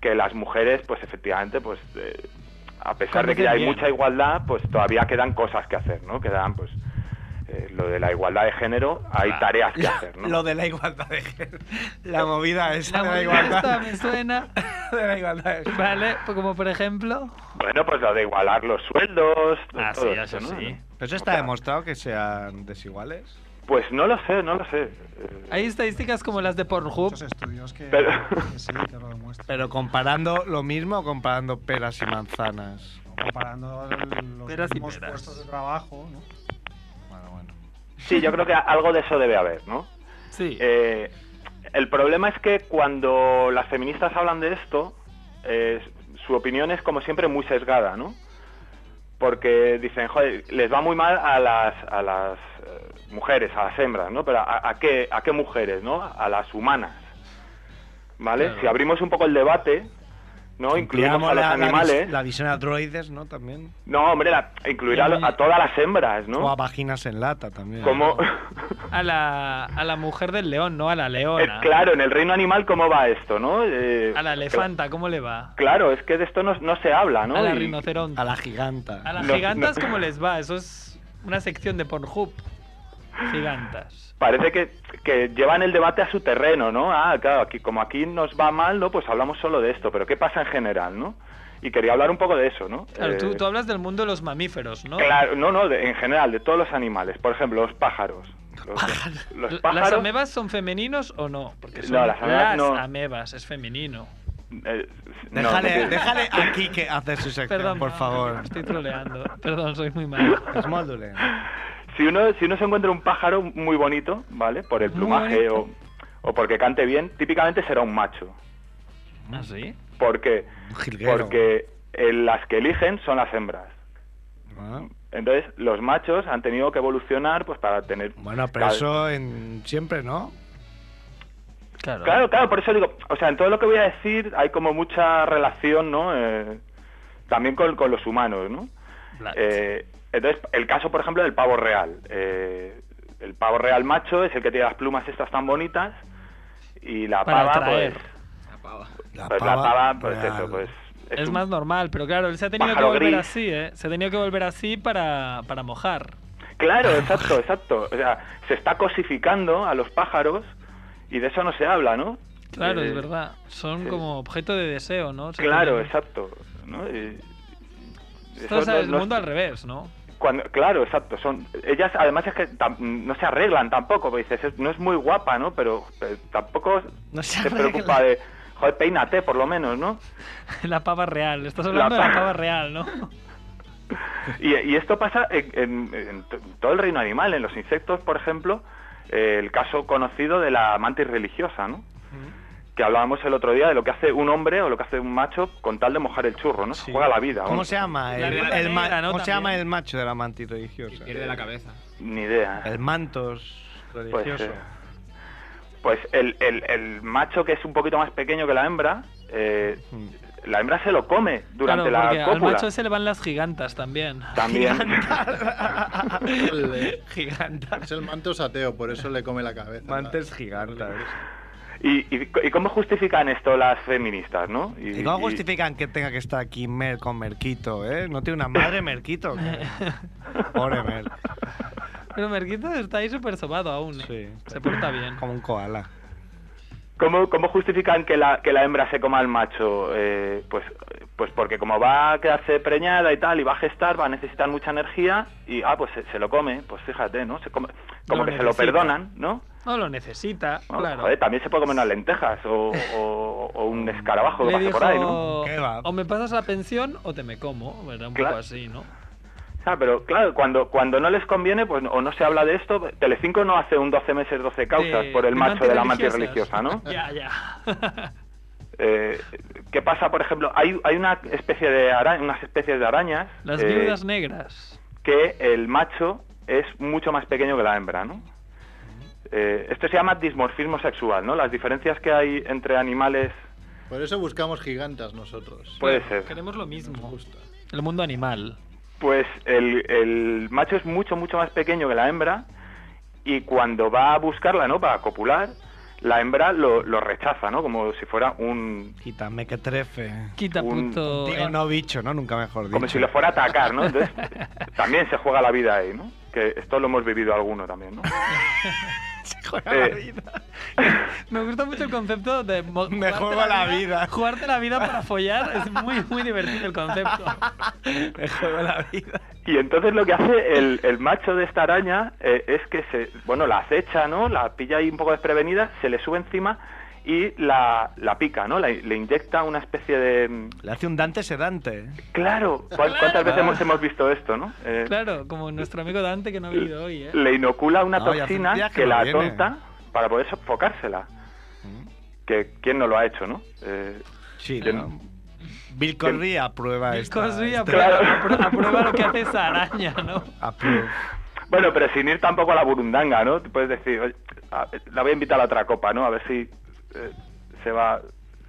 que las mujeres, pues, efectivamente, pues, eh, a pesar de que ya hay
Conducen bien.
mucha igualdad, pues, todavía quedan cosas que hacer, ¿no? Quedan, pues, eh, lo de la igualdad de género, hay tareas que hacer, ¿no?
Lo de la igualdad de género. La movida esa
La
de la
mujer esta
igualdad.
me suena,
*laughs*
de la igualdad de género.
¿vale? Pues Como por ejemplo...
Bueno, pues lo de igualar los sueldos.
Ah,
todo
sí,
esto,
eso
¿no?
sí.
Pero eso está demostrado que sean desiguales.
Pues no lo sé, no lo sé. Eh,
Hay estadísticas como las de Pornhub.
Muchos estudios que,
Pero-
que sí, que lo demuestran.
Pero comparando lo mismo o comparando peras y manzanas.
Comparando los
Peras y
mismos
peras.
puestos de trabajo, ¿no?
Bueno, bueno.
Sí, yo creo que algo de eso debe haber, ¿no?
Sí.
Eh, el problema es que cuando las feministas hablan de esto, eh, su opinión es como siempre muy sesgada, ¿no? Porque dicen, joder, les va muy mal a las, a las eh, mujeres, a las hembras, ¿no? Pero a, a qué, ¿a qué mujeres, no? A las humanas, ¿vale?
Claro.
Si abrimos un poco el debate, ¿no? Incluimos a los
la,
animales...
vis- La visión a droides, ¿no? También.
No, hombre, la, incluir a, lo- a todas las hembras,
O a
¿no?
vaginas en lata también.
Como,
A la, a la mujer del león, ¿no? A la
*laughs* es
leona.
eh, claro, en el reino animal, ¿cómo va esto, no? Eh,
A la elefanta, ¿cómo le va?
Claro, es que de esto no, no se habla, ¿no?
A la
Y-
rinoceronte.
A la giganta.
A las
No,
gigantas,
no.
¿cómo les va? Eso es una sección de Pornhub. Gigantas.
Parece que, que llevan el debate a su terreno, ¿no? Ah, claro, aquí, como aquí nos va mal, ¿no? Pues hablamos solo de esto, pero ¿qué pasa en general, no? Y quería hablar un poco de eso, ¿no?
Claro, tú,
Eh,
tú hablas del mundo de los mamíferos, ¿no?
Claro, no, no, de- en general, de todos los animales. Por ejemplo, los pájaros. Los, los
L- ¿Las
pájaros.
amebas son femeninos o no? Porque
No,
son
las amebas no.
amebas, es femenino.
eh, no,
Déjale,
no-
déjale aquí que hace su sección,
Perdón,
por favor.
Estoy troleando. *laughs* Perdón, soy muy malo.
Es molt dolent.
si uno, si uno se encuentra un pájaro muy bonito, ¿vale? Por el
Muy
plumaje o,
bonito.
o porque cante bien, típicamente será un macho.
¿Ah, sí?
¿Por qué?
Un jilguero.
Porque eh, las que eligen son las hembras.
Ah,
Entonces, los machos han tenido que evolucionar pues para tener...
Bueno, pero
Claro.
eso en... siempre, ¿no?
Claro.
Claro, claro, por eso digo, o sea, en todo lo que voy a decir hay como mucha relación, ¿no? Eh, también con, con los humanos, ¿no?
Black.
Eh, entonces, el caso, por ejemplo, del pavo real. Eh, el pavo real macho es el que tiene las plumas estas tan bonitas y la
Para
pava,
atraer.
pues,
La
pues, la pava, pues
real.
eso, pues...
Es,
un-
más normal, pero claro, él se ha tenido que
pájaro
volver
gris.
así, ¿eh? Se ha tenido que volver así para, para mojar. *laughs*
Claro, exacto, exacto. O sea, se está cosificando a los pájaros y de eso no se habla, ¿no?
Claro,
Eh,
es verdad. Son
sí.
como objeto de deseo, ¿no? Se
Claro,
tienen-
exacto. ¿no? Y-
Esto es
eso no-
el
no-
mundo al revés, ¿no?
cuando- claro, exacto. Son, ellas además es que tam- no se arreglan tampoco, porque dices, "Es- no es muy guapa, ¿no? Pero, pero
*laughs*
tampoco
No se
te
arregla.
preocupa de, joder, peínate por lo menos,
*laughs*
¿no?
*laughs* La pava real. Estás hablando de la
pava-
pava real, ¿no?
Y, y esto pasa en, en- en to- todo el reino animal, en los insectos, por ejemplo, eh, el caso conocido de la mantis religiosa, ¿no? Que hablábamos el otro día de lo que hace un hombre o lo que hace un macho con tal de mojar el churro, ¿no? Se
Sí.
Juega la vida.
¿Cómo
vamos.
se llama?
La
El,
real
el ma-
negra, ¿no?
¿Cómo se
También.
llama el macho de la mantis religiosa?
Pierde la cabeza.
Ni idea. ¿eh?
El mantos
Pues,
religioso.
eh, pues el, el- el macho que es un poquito más pequeño que la hembra, eh,
Mm.
la hembra se lo come durante
claro, porque
la
al
cópula.
macho se le van las gigantas también.
También.
Es
Giganta. *laughs*
el mantos ateo, por eso le come la cabeza.
Mantes gigantes.
*laughs* ¿Y, y, y cómo justifican esto las feministas, no?
¿Y cómo justifican que tenga que estar aquí Mer con Merquito, eh? ¿No tiene una
*laughs*
madre Merquito? Pobre Mer.
Pero Merquito está ahí súper sobado aún. ¿eh?
Sí.
Se porta bien.
Como un koala.
¿Cómo, cómo justifican que la, que la hembra se coma al macho? Eh, pues, pues porque como va a quedarse preñada y tal, y va a gestar, va a necesitar mucha energía, y ah, pues se, se lo come, pues fíjate, ¿no? Se come- como
Lo
que se
necesita.
lo perdonan, ¿no?
No lo necesita,
Bueno,
claro. Mm.
joder, también se puede comer unas lentejas o, o- o un escarabajo
Le
que pase
dijo,
por ahí, ¿no?
¿Qué va?
o me pasas la pensión o te me como, ¿verdad? Un
Claro.
poco así, ¿no?
Ah, pero claro, cuando, cuando no les conviene, pues no- o no se habla de esto, Telecinco no hace un 12 meses, 12 causas
De-
por el
de
macho de la amante
antirreligiosas.
religiosa,
*laughs*
¿no?
ya,
*laughs*
ya.
Eh, ¿Qué pasa, por ejemplo? Hay, hay una especie de ara- unas especies de arañas
Las
eh,
viudas negras.
que el macho es mucho más pequeño que la hembra, ¿no? Eh, esto se llama dismorfismo sexual, ¿no? Las diferencias que hay entre animales
Por eso buscamos gigantas nosotros.
puede
Claro,
ser.
Queremos lo
Nos
mismo.
gusta.
El mundo animal.
Pues el, el macho es mucho, mucho más pequeño que la hembra y cuando va a buscarla, ¿no? Para copular, la hembra lo, lo rechaza, ¿no? Como si fuera un...
Quítame que trefe.
Quita
Un-
puto.
Digo, no bicho, ¿no? Nunca mejor dicho.
Como si
*laughs*
lo fuera a atacar, ¿no? Entonces, *laughs* también se juega la vida ahí, ¿no? Que esto lo hemos vivido alguno también, ¿no?
Juega la
Eh,
vida.
Me gusta mucho el concepto de. mo-
*laughs* Me
jugarte
juego la vida.
Jugarte la vida para follar es muy, muy divertido el concepto.
*laughs*
Me juego la vida.
Y entonces lo que hace el, el macho de esta araña eh, es que se, bueno, la acecha, ¿no? La pilla ahí un poco desprevenida, se le sube encima y la, la pica, ¿no? La- le inyecta una especie de... mm,
Le hace un Dante ¿eh? sedante.
Claro, ¿cuán- ¿cuántas veces hemos, hemos visto esto, no? Eh,
Ah. Claro, como nuestro amigo Dante que no ha venido hoy, ¿eh?
Le inocula una
No, y hace un
toxina
día
que,
que no
la
viene. Mm.
atonta para poder sofocársela. Que quién no lo ha hecho, ¿no? Eh,
Sí,
Yo-
¿no? Bill Cosby aprueba
Bill
esta-
Cosby
esta-
aprueba,
Claro.
apru- aprueba lo que hace esa araña, ¿no?
approve.
bueno, pero sin ir tampoco a la burundanga, ¿no? Tú puedes decir, "Oye, a- la voy a invitar a otra copa, ¿no? A ver si eh, se va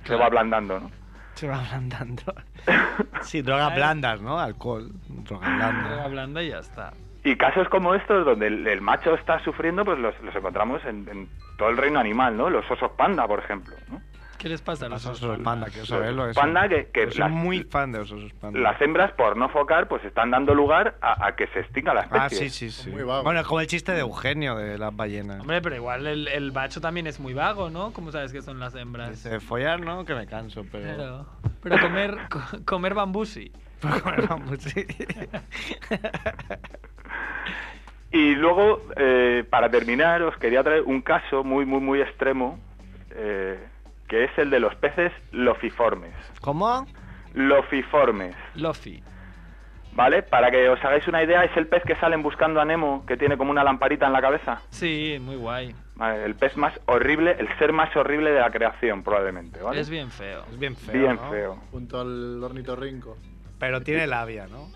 se va ablandando, ¿no?
Se va ablandando.
*laughs*
Sí, drogas blandas, ¿no? Alcohol, droga
Ah,
blanda.
Droga blanda y ya está.
Y casos como estos, donde el, el macho está sufriendo, pues los, los encontramos en, en todo el reino animal, ¿no? Los osos panda, por ejemplo, ¿no?
¿Qué les pasa a los
Los
osos?
osos panda, quiero saberlo. eso.
Panda que- que
Yo soy
las-
muy fan de los osos panda.
Las hembras, por no focar, pues están dando lugar a, a que se extinga la especie.
Ah, sí, sí, sí.
Muy vago.
Bueno, es como el chiste de Eugenio de las ballenas.
Hombre, pero igual el, el macho también es muy vago, ¿no? ¿Cómo sabes que son las hembras?
Dice, follar, ¿no? Que me canso, pero...
Claro. Pero comer, co- comer bambú sí.
Pero comer bambú, sí.
Y luego, eh, para terminar, os quería traer un caso muy, muy, muy extremo, eh, que es el de los peces lofiformes.
¿Cómo?
Lofiformes,
*laughs* Lofi.
¿vale? Para que os hagáis una idea, es el pez que salen buscando a Nemo, que tiene como una lamparita en la cabeza.
Sí, muy guay.
Vale, El pez más horrible, el ser más horrible de la creación, probablemente, ¿vale?
Es bien feo.
Es bien feo,
Bien
¿no?
feo.
Junto al ornitorrinco.
Pero tiene labia, ¿no?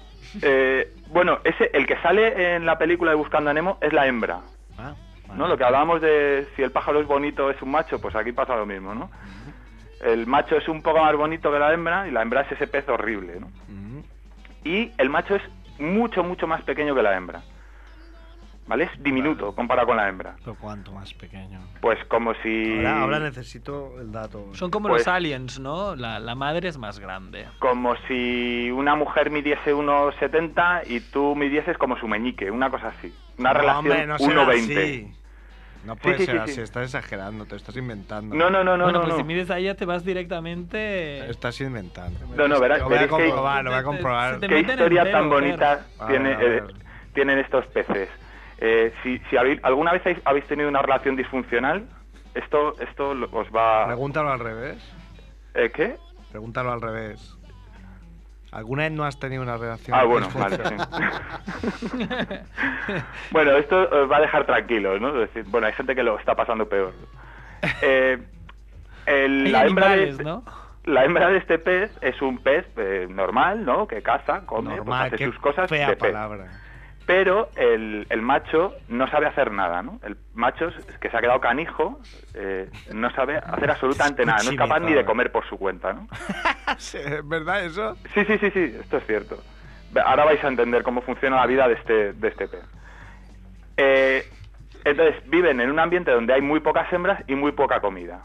Eh, bueno, ese, el que sale en la película de Buscando a Nemo es la hembra,
Ah,
¿no? Lo que hablábamos de si el pájaro es bonito es un macho, pues aquí pasa lo mismo, ¿no? El macho es un poco más bonito que la hembra y la hembra es ese pez horrible, ¿no?
Mm.
Y el macho es mucho, mucho más pequeño que la hembra. ¿Vale? Es diminuto comparado con la hembra.
Pero cuanto más pequeño.
Pues como si...
Ahora, ahora necesito el dato.
Son como los
Pues-
aliens, ¿no? La, la madre es más grande.
Como si una mujer midiese 1,70 y tú midieses como su meñique, una cosa así. Una
No,
relación
hombre, no será
1,20.
así. No puede
sí,
ser
sí,
así,
sí.
estás exagerando, te estás inventando.
No, no, no, no.
bueno,
no,
pues
no.
si mides a ella te vas directamente...
Estás inventando.
No, no, verás,
Lo voy a
veréis que-
comprobar, lo voy a comprobar.
Te
¿Qué
meten el
historia
pelo,
tan
Fer.
bonita
A
tiene,
ver, Ah, a
eh,
ver.
tienen estos peces? Eh, si si habéis- alguna vez habéis, habéis tenido una relación disfuncional, esto esto lo- os va...
Pregúntalo al revés.
¿Eh, ¿Qué?
Pregúntalo al revés. ¿Alguna vez no has tenido una relación?
Ah, bueno, vale.
disfuncional?
sí.
*laughs*
*laughs* bueno, esto os va a dejar tranquilos, ¿no? Es decir, bueno, hay gente que lo está pasando
*laughs*
peor. Eh, el-
Hay
la, hembra de
animales,
este,
¿no?
la hembra de este pez es un pez eh, normal, ¿no? Que caza, come, pues,
Normal,
hace
qué
sus cosas.
fea
de pez.
*laughs*
palabra.
Pero el, el macho no sabe hacer nada, ¿no? El macho es que se ha quedado canijo eh, no sabe hacer absolutamente nada, no es capaz ni de comer por su cuenta, ¿no?
Sí, ¿Es verdad eso?
Sí, sí, sí, sí, esto es cierto. Ve- Ahora vais a entender cómo funciona la vida de este, de este pez. Eh, entonces, viven en un ambiente donde hay muy pocas hembras y muy poca comida.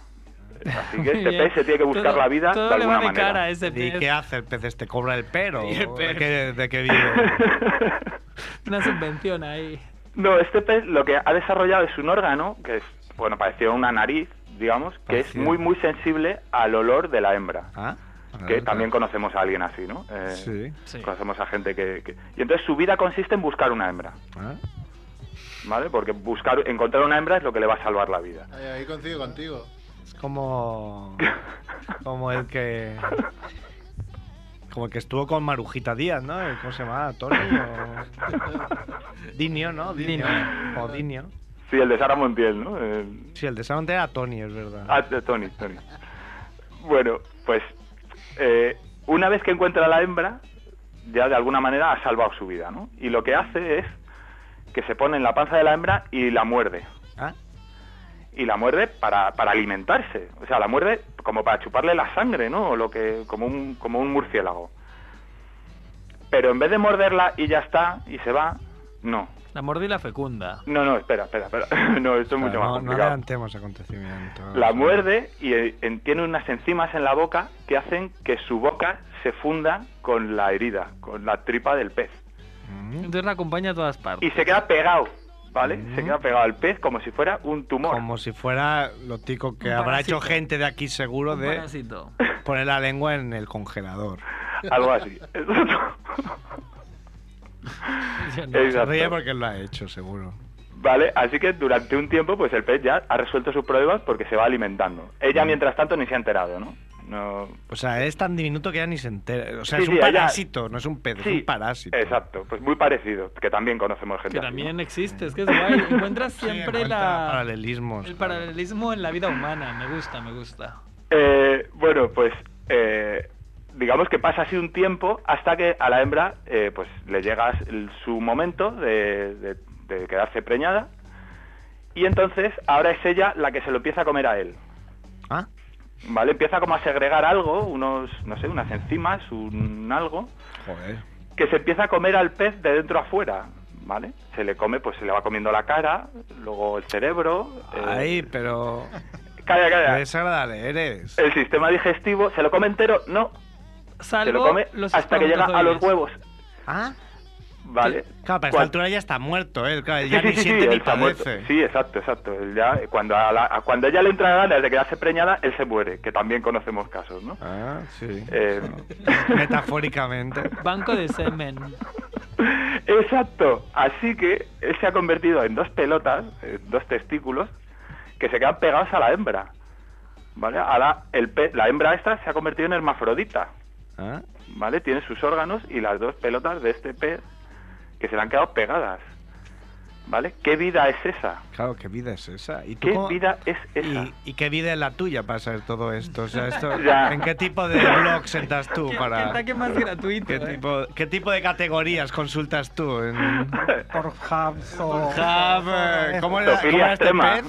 Así que este
Muy bien.
pez se tiene que buscar
Todo-
la vida
Todo
de
le va
alguna
de
manera.
cara a
*laughs*
ese
¿Y
pez.
qué hace el pez? ¿Te cobra el pero?
Sí, el
¿De
pero.
qué, de qué vive?
Una subvención ahí.
No, este pez lo que ha desarrollado es un órgano, que es, bueno, parecido a una nariz, digamos, que es
Parecido.
muy, muy sensible al olor de la hembra.
¿Ah?
Que también conocemos a alguien así, ¿no? Eh,
Sí.
Sí.
Conocemos a gente que, que- Y entonces su vida consiste en buscar una hembra,
Ah.
¿vale? Porque buscar, encontrar una hembra es lo que le va a salvar la vida.
Ahí, ahí coincido contigo.
Es
*laughs*
como. Como el que. Como el que estuvo con Marujita Díaz, ¿no? El- ¿Cómo se llamaba? Tony
*laughs*
o. Dinio, ¿no? Dinio. O Dinio.
Sí, el desáramo en piel, ¿no? Eh,
Sí, el de Samantha era Tony, es verdad.
Ah, de Tony, Tony. Bueno, pues eh, una vez que encuentra a la hembra, ya de alguna manera ha salvado su vida, ¿no? Y lo que hace es que se pone en la panza de la hembra y la muerde.
Ah,
Y la muerde para, para alimentarse. O sea, la muerde como para chuparle la sangre, ¿no? O lo que, como, un, como un murciélago. Pero en vez de morderla y ya está, y se va, no.
La mordí la fecunda.
No, no, espera, espera, espera. *laughs* No, esto es mucho más
no, no
complicado.
adelantemos acontecimientos.
La muerde y eh, en- tiene unas enzimas en la boca que hacen que su boca se funda con la herida, con la tripa del pez.
Mm,
Entonces la acompaña a todas
Y
partes.
se queda pegado, ¿vale?
Mm.
Se queda pegado al pez como si fuera un tumor.
Como si fuera lo tico que
Un
habrá
parásito.
hecho gente de aquí seguro
Un
de
*laughs*
parásito.
poner la lengua en el congelador. *laughs*
Algo así. *laughs*
Yo no.
Exacto.
Se ríe porque lo ha hecho, seguro.
Vale, así que durante un tiempo, pues el pez ya ha resuelto sus problemas porque se va alimentando.
Mm.
Ella, mientras tanto, ni se ha enterado, ¿no? No,
O sea, es tan diminuto que ya ni se entera. O sea,
Sí,
es un
sí, ella-
parásito, no es un pez, es un parásito.
Exacto, pues muy parecido, que también conocemos gente.
Que
así, ¿no?
también existe, es que es guay. Encuentras
Sí,
siempre
encuentra
la...
Paralelismos.
el
claro.
paralelismo en la vida humana. Me gusta, me gusta.
Eh, bueno, pues eh, digamos que pasa así un tiempo hasta que a la hembra eh, pues le llega el- su momento de, de- de quedarse preñada y entonces ahora es ella la que se lo empieza a comer a él.
Ah,
¿Vale? Empieza como a segregar algo, unos, no sé, unas enzimas, un algo,
joder.
que se empieza a comer al pez de dentro a fuera, ¿vale? Se le come, pues se le va comiendo la cara, luego el cerebro... eh,
Ay, pues pero.
Calla,
Qué
calla.
desagradable eres.
El sistema digestivo, ¿se lo come entero? No,
Salvo
se lo come
los
hasta que llega a los
espermatozoides.
huevos.
Ah,
Vale.
claro, para esta
Cuan-
altura ya está muerto, ¿eh? Claro,
Sí,
ya
sí,
ni
sí, sí,
siente ni
él está muerto.
padece.
Sí, exacto, exacto. Él ya, eh, cuando, a la- a- cuando ella le entra ganas de quedarse preñada, él se muere, que también conocemos casos, ¿no?
Ah, sí.
Eh,
*laughs* Metafóricamente.
Banco de semen.
*laughs* exacto. Así que él se ha convertido en dos pelotas, en dos testículos, que se quedan pegados a la hembra. ¿Vale? Ahora el pe- la hembra esta se ha convertido en hermafrodita.
Ah,
¿Vale? Tiene sus órganos y las dos pelotas de este pez que se le han quedado pegadas. ¿Vale? ¿Qué vida es
*laughs*
esa?
Claro, ¿qué vida es esa? ¿Y tú
¿Qué
cómo-
vida es esa?
¿Y, y qué vida es la tuya para saber todo esto? O sea, esto
*laughs* Ya.
¿En qué tipo de blog sentas tú
¿Qué, qué
para.?
ataque más gratuito.
¿Qué
eh?
*laughs* tipo, ¿Qué tipo de categorías consultas tú? En
Por hubs o.
Hub, eh, ¿Cómo era,
Zoofilia
cómo era este
extrema.
pez?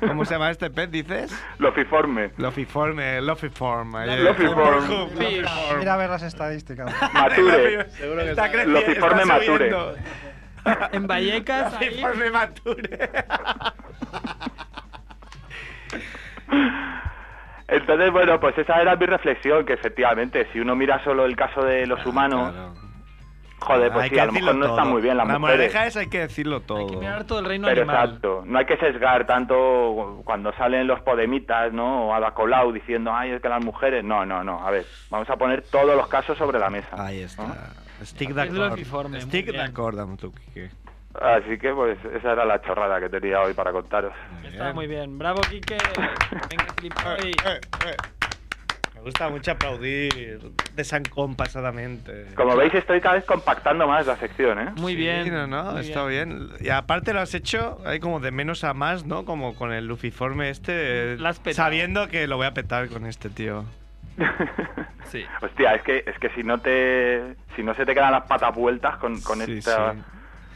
¿Cómo se llama este pez, dices?
*laughs* Lofiforme.
Lofiforme, Lofiform. eh,
Lofiform.
Hub, Lofiform.
Mira a ver las estadísticas.
Mature.
Seguro que está creciendo.
Lofiforme
está
mature.
subiendo.
En Vallecas, ahí,
Informe mature.
Entonces, bueno, pues esa era mi reflexión, que efectivamente, si uno mira solo el caso de los humanos,
Claro.
joder, pues
Hay
sí,
que
a lo mejor
decirlo
no está
todo.
muy bien las
La
mujeres.
moraleja es hay que decirlo todo.
hay que mirar todo el reino
Pero
animal.
exacto, no hay que sesgar tanto cuando salen los podemitas, ¿no? O Ada Colau diciendo, ay, es que las mujeres... No, no, no, a ver, vamos a poner todos los casos sobre la mesa.
Ahí está.
¿no?
Stick
Es
d'accord.
lofiforme, muy
Stick
bien.
d'accord, dame tú, Quique.
Así que, pues, esa era la chorrada que tenía hoy para contaros.
Está muy bien. Bravo, Quique. Venga, Filipoy.
Me gusta mucho aplaudir de Sancón pasadamente.
Como veis, estoy cada vez compactando más la sección,
*laughs*
¿eh?
Muy
Sí,
bien.
No, no,
muy
está bien. Y aparte lo has hecho ahí como de menos a más, ¿no? Como con el lufiforme este. eh,
La has petado.
sabiendo que lo voy a petar con este tío.
Sí.
Hostia, es que, es que si no te si no se te quedan las patas vueltas con, con
Sí,
esta
sí.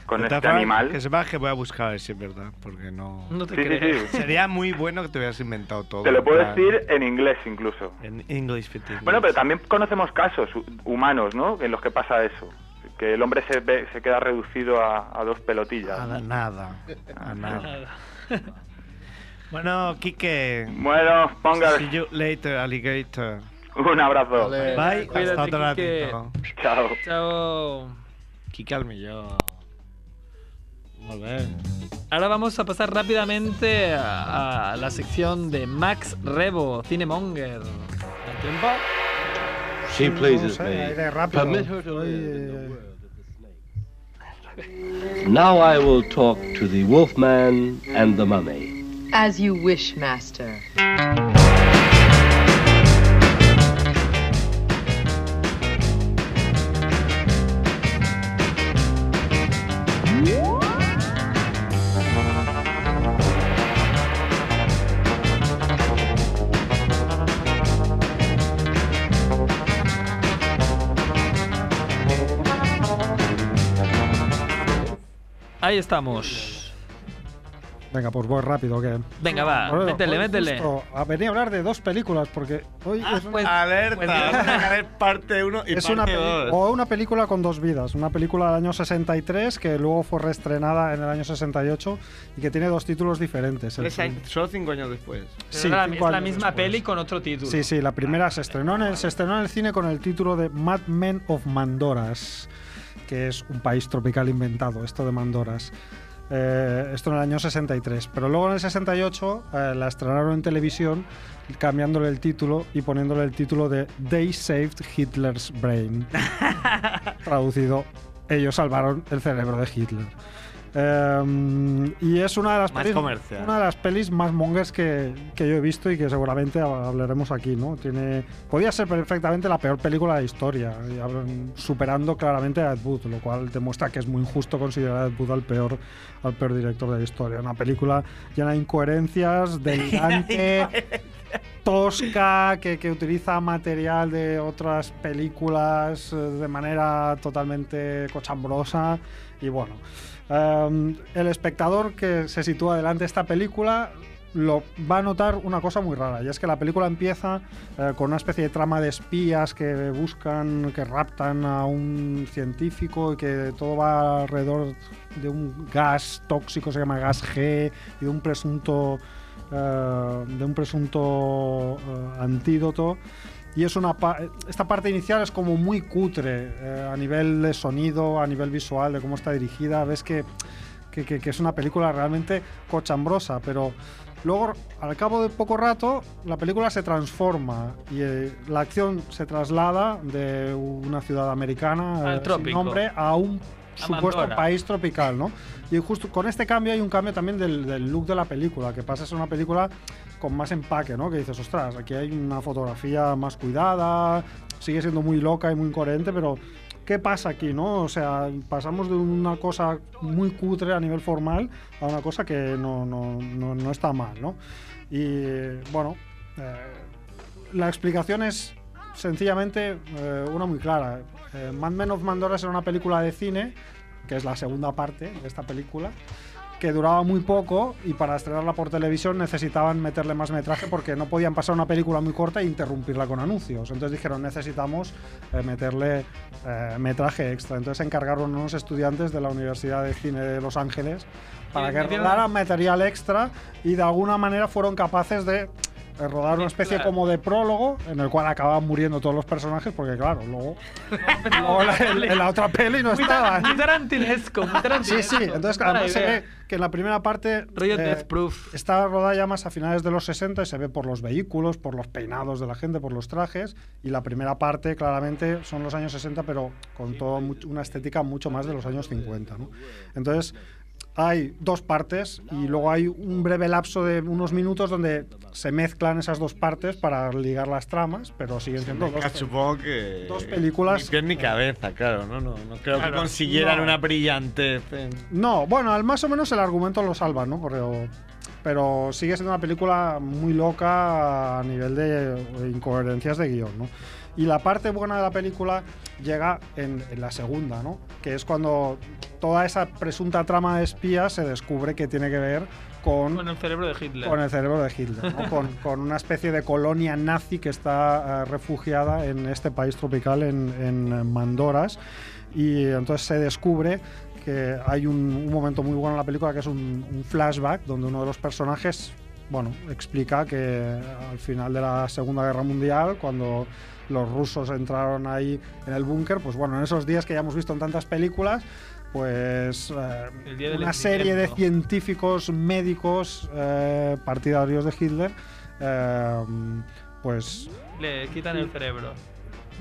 con
De tal
este
forma,
animal.
Que sepas que voy a buscar a ver si es verdad, porque no.
No te
Sí, sí,
crees.
sí.
Sería muy bueno que te hubieras inventado todo.
Te lo
en
puedo
plan,
decir en inglés incluso.
En English, with English.
Bueno, pero también conocemos casos hu- humanos, ¿no? En los que pasa eso. Que el hombre se, ve- se queda reducido a, a dos pelotillas.
A la nada. A nada.
Nada.
Bueno, Quique.
Bueno, Monger,
See you later, alligator.
un abrazo.
Vale.
Bye.
Eh, Cuídate,
Hasta otra
Quique.
ratito.
Chao.
Chao.
Quique al millón. Molt bé.
Ahora vamos a pasar rápidamente a, a la sección de Max Rebo, Cinemonger. ¿Da tiempo?
She pleases
No sé,
eh,
me.
aire rápido.
Permit her to
Soy,
live in the
eh,
Now I will talk to the Wolfman and the Mummy.
As you wish, master.
Ahí estamos.
Venga, pues voy rápido, que.
Venga, va,
Bueno,
Ah, métele,
hoy
métele.
justo, ah, venía a hablar de dos películas porque hoy es, un-
Pues-
Alerta,
pues-
vamos a sacar parte 1 y
es
parte
una, peli- Oh,
2.
o una película con dos vidas. Una película del año 63 que luego fue reestrenada en el año 68 y que tiene dos títulos diferentes. El-
Tres años- Solo 5 años después.
Pero
sí,
era la- es
cinco
la
años
misma
después.
peli con otro título.
Sí, sí, la primera se estrenó, en el, se estrenó en el cine con el título de Mad Men of Mandoras, que es un país tropical inventado, esto de Mandoras. Eh, esto en el año 63. Pero luego en el 68 eh, la estrenaron en televisión cambiándole el título y poniéndole el título de They Saved Hitler's Brain. Traducido, ellos salvaron el cerebro de Hitler. Eh, y es una de las
Más
pelis-
comercial.
una de las pelis más mongers que, que yo he visto y que seguramente hablaremos aquí, ¿no? Tiene, podía ser perfectamente la peor película de la historia, y hablan- superando claramente a Ed Wood, lo cual demuestra que es muy injusto considerar a Ed Wood al peor, al peor director de la historia. Una película llena de
*laughs*
incoherencias, delirante, tosca, que, que utiliza material de otras películas eh, de manera totalmente cochambrosa y bueno. Um, el espectador que se sitúa delante de esta película lo va a notar una cosa muy rara, y es que la película empieza eh, con una especie de trama de espías que buscan, que raptan a un científico y que todo va alrededor de un gas tóxico, se llama gas G, y de un presunto, eh, de un presunto eh, antídoto. Y es una pa- esta parte inicial es como muy cutre eh, a nivel de sonido, a nivel visual, de cómo está dirigida. Ves que, que, que- que es una película realmente cochambrosa, pero luego, al cabo de poco rato, la película se transforma y eh, la acción se traslada de una ciudad americana
Al
eh, sin
trópico.
nombre a un
A
supuesto
Pandora.
país tropical, ¿no? Y justo con este cambio hay un cambio también del, del look de la película, que pasa a ser una película con más empaque, ¿no? Que dices, ostras, aquí hay una fotografía más cuidada, sigue siendo muy loca y muy incoherente, pero ¿qué pasa aquí, no? O sea, pasamos de una cosa muy cutre a nivel formal a una cosa que no, no- no- no está mal, ¿no? Y bueno, eh, la explicación es sencillamente eh, una muy clara. Eh, Mad Men of Mandora era una película de cine, que es la segunda parte de esta película, que duraba muy poco y para estrenarla por televisión necesitaban meterle más metraje porque no podían pasar una película muy corta e interrumpirla con anuncios. Entonces dijeron, necesitamos eh, meterle eh, metraje extra. Entonces se encargaron unos estudiantes de la Universidad de Cine de Los Ángeles para
Y
que
metieron-
rodaran material extra y de alguna manera fueron capaces de eh, rodar una especie
Mezclar.
como de prólogo en el cual acababan muriendo todos los personajes porque claro, luego, *laughs* luego la- en, en la otra peli no
Muy, tar-
estaban.
muy tarantinesco, muy
¿eh? *laughs* Sí,
tarantinesco.
sí, entonces
Para
además se
idea.
ve que en la primera parte
Rollo
eh,
Death Proof.
está rodada ya más a finales de los 60 y se ve por los vehículos, por los peinados de la gente, por los trajes. Y la primera parte, claramente, son los años 60, pero con toda una estética mucho más de los años 50. ¿no? Entonces, hay dos partes y luego hay un breve lapso de unos minutos donde se mezclan esas dos partes para ligar las tramas, pero siguen siendo dos.
Supongo que.
dos películas-
Ni pies ni cabeza, claro. No, no, no creo que
Claro,
consiguieran
no.
una brillantez.
*laughs*
en-
No, bueno, al más o menos el argumento lo salva, ¿no? Pero, pero sigue siendo una película muy loca a nivel de eh, incoherencias de guión, ¿no? Y la parte buena de la película llega en, en la segunda, ¿no? Que es cuando toda esa presunta trama de espías se descubre que tiene que ver con
Con el cerebro de Hitler.
con el cerebro de Hitler,
*laughs*
¿no? con, con una especie de colonia nazi que está eh, refugiada en este país tropical, en, en Mandoras. Y entonces se descubre que hay un, un momento muy bueno en la película que es un, un flashback donde uno de los personajes bueno, explica que al final de la Segunda Guerra Mundial, cuando los rusos entraron ahí en el búnker, pues bueno, en esos días que ya hemos visto en tantas películas, pues eh,
El día del
una serie de
hundimiento.
científicos, médicos, eh, partidarios de Hitler, eh, pues
Le quitan el cerebro.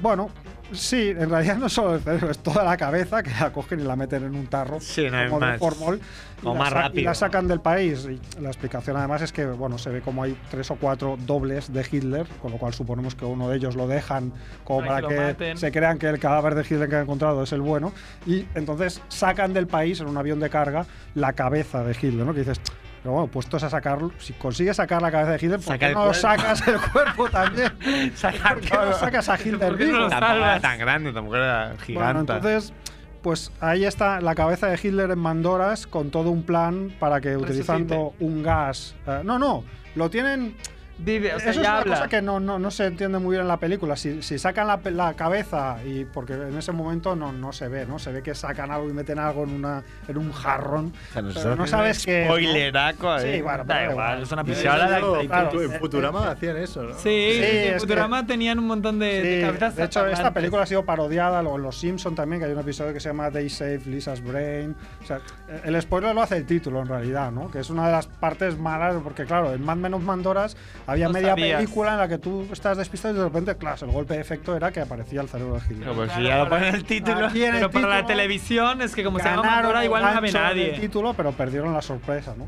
bueno, sí, en realidad no solo el cerebro, es toda la cabeza que la cogen y la meten en un tarro
no hay
como de
más.
formol y
O
la
más
sa- y
rápido.
la sacan del país. Y la explicación además es que bueno, se ve como hay tres o cuatro dobles de Hitler, con lo cual suponemos que uno de ellos lo dejan como
Para
para
que lo
que,
maten.
se crean que el cadáver de Hitler que han encontrado es el bueno. Y entonces sacan del país en un avión de carga la cabeza de Hitler, ¿no? Que dices, pero bueno, puestos a sacarlo, si consigues sacar la cabeza de Hitler, ¿por
Saca
qué
el
no
cuerpo.
sacas *laughs* el
*laughs*
cuerpo también? ¿Por qué no sacas a
*laughs*
Hitler
¿Por qué no
vivo?
lo
Tampoco era
salvas?
tan grande, tampoco era
Bueno,
gigante.
entonces, pues ahí está la cabeza de Hitler en Mandoras con todo un plan para que utilizando un gas. eh, no, no, lo tienen.
Vive, o sea,
Eso es
ya
una
habla.
cosa que no, no, no se entiende muy bien en la película. Si, si sacan la, pe- la cabeza, y porque en ese momento no, no se ve, ¿no? Se ve que sacan algo y meten algo en, una, en un jarrón. Pero no sabes qué. es, ¿no?
Spoileraco, eh.
Sí, bueno, pero
da igual. Es una
Y
película de
luego,
80 y
claro,
pico.
en Futurama hacían eso, ¿no?
Sí,
Sí,
en
es
Futurama tenían un montón de,
Sí,
de cabezas.
de hecho, esta
atalantes.
película ha sido parodiada, luego en Los Simpson también, que hay un episodio que se llama They Save Lisa's Brain. O sea, el spoiler lo hace el título en realidad, ¿no? Que es una de las partes malas, porque claro, en Mad Men of Mandoras había
No
media
sabías.
película en la que tú estás despistado y de repente, claro, el golpe de efecto era que aparecía el cerebro de Hitler.
Pero pues si ya lo ponen en el título.
Aquí en el
Pero para la
título
televisión es que como se llama
ganaron
Pandora
el
igual no sabe
gancho del
nadie.
título, pero perdieron la sorpresa, ¿no?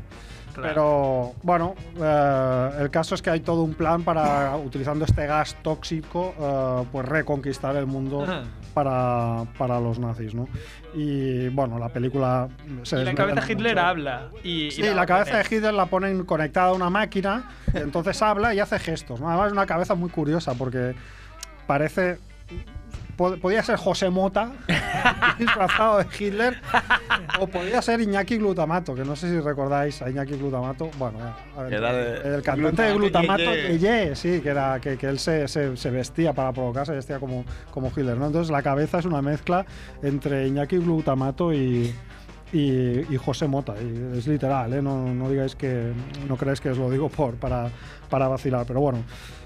Claro.
Pero bueno, eh, el caso es que hay todo un plan para, *laughs* utilizando este gas tóxico, eh, pues reconquistar el mundo
Ajá.
para, para los nazis, ¿no? Y bueno, la película se
Y la
desvela
cabeza Hitler
mucho.
habla. Y, y
Sí, la cabeza de Hitler la ponen conectada a una máquina, entonces habla y hace gestos. ¿no? Además, es una cabeza muy curiosa porque parece. pod- podía ser José Mota, disfrazado de Hitler, o podía ser Iñaki Glutamato, que no sé si recordáis a Iñaki Glutamato. Bueno, a ver,
Era de-
el cantante de
Glutamato,
Glutamato,
Yeye.
Yeye, sí, que, era, que, que él se, se- se vestía para provocarse, vestía como, como Hitler. ¿no? Entonces, la cabeza es una mezcla entre Iñaki Glutamato y y, y José Mota. y es literal, ¿eh? no, no digáis que no creáis que os lo digo por, para, para vacilar, pero bueno.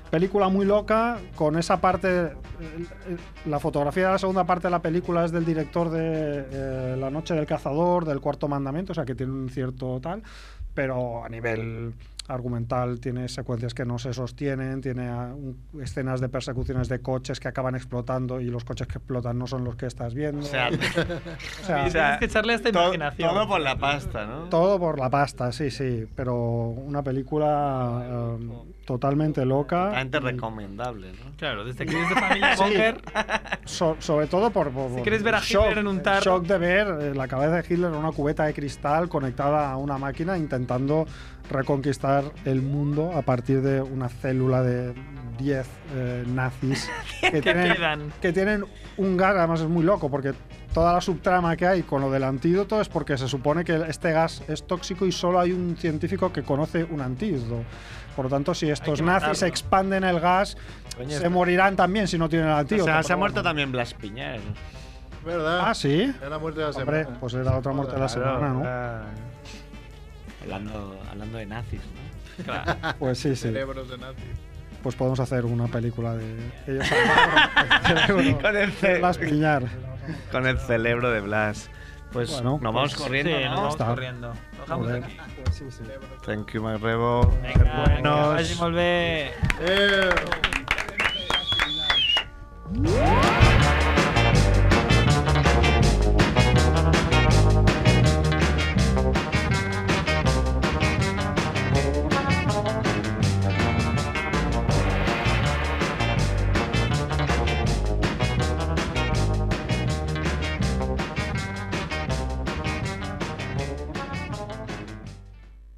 Película muy loca, con esa parte. eh, eh, La fotografía de la segunda parte de la película es del director de eh, La Noche del Cazador, del Cuarto Mandamiento, o sea que tiene un cierto tal, pero a nivel argumental tiene secuencias que no se sostienen, tiene ah, un- escenas de persecuciones de coches que acaban explotando y los coches que explotan no son los que estás viendo.
O
*laughs*
sea,
O
*laughs*
sea,
Y tienes que echarle esta
todo,
imaginación.
todo por la pasta, ¿no?
Todo por la pasta, sí, sí. Pero una película em, totalmente loca.
Totalmente recomendable, ¿no?
Claro, desde que eres de familia
*laughs* Sí.
Monger,
So- sobre todo por. por-
Si
por
quieres ver a
el shock,
Hitler en un
el
tarro.
shock de ver eh, la cabeza de Hitler en una cubeta de cristal conectada a una máquina intentando reconquistar el mundo a partir de una célula de 10 eh,
*laughs*
nazis que
¿qué
tienen
quedan?
que tienen un gas, además es muy loco, porque toda la subtrama que hay con lo del antídoto es porque se supone que este gas es tóxico y solo hay un científico que conoce un antídoto. Por lo tanto, si estos
que
nazis
matarlo.
expanden el gas,
Coño,
se
este-
está-
morirán también si no tienen el
O
antídoto.
sea, se
pero
ha muerto
bueno.
también Blas Piñar.
¿Verdad?
Ah, sí.
Era la muerte de la
Hombre,
semana.
pues era otra muerte de la semana, ¿no?
Ah, Hablando, hablando de nazis, ¿no?
Claro.
Pues sí, sí.
Cerebros de nazis.
Pues podemos hacer una película de *laughs* ellos. al mando, el
*laughs* Con
cerebro,
el ce-
Las piñar.
Con el cerebro de Blas. Pues
Bueno,
nos vamos
Sí,
corriendo,
nos
¿no?
vamos
Está.
corriendo. Lo dejamos
Joder.
aquí.
Pues sí, sí.
Thank you, my rebo.
Venga,
Buenos.
que vagi molt bé.
Eh.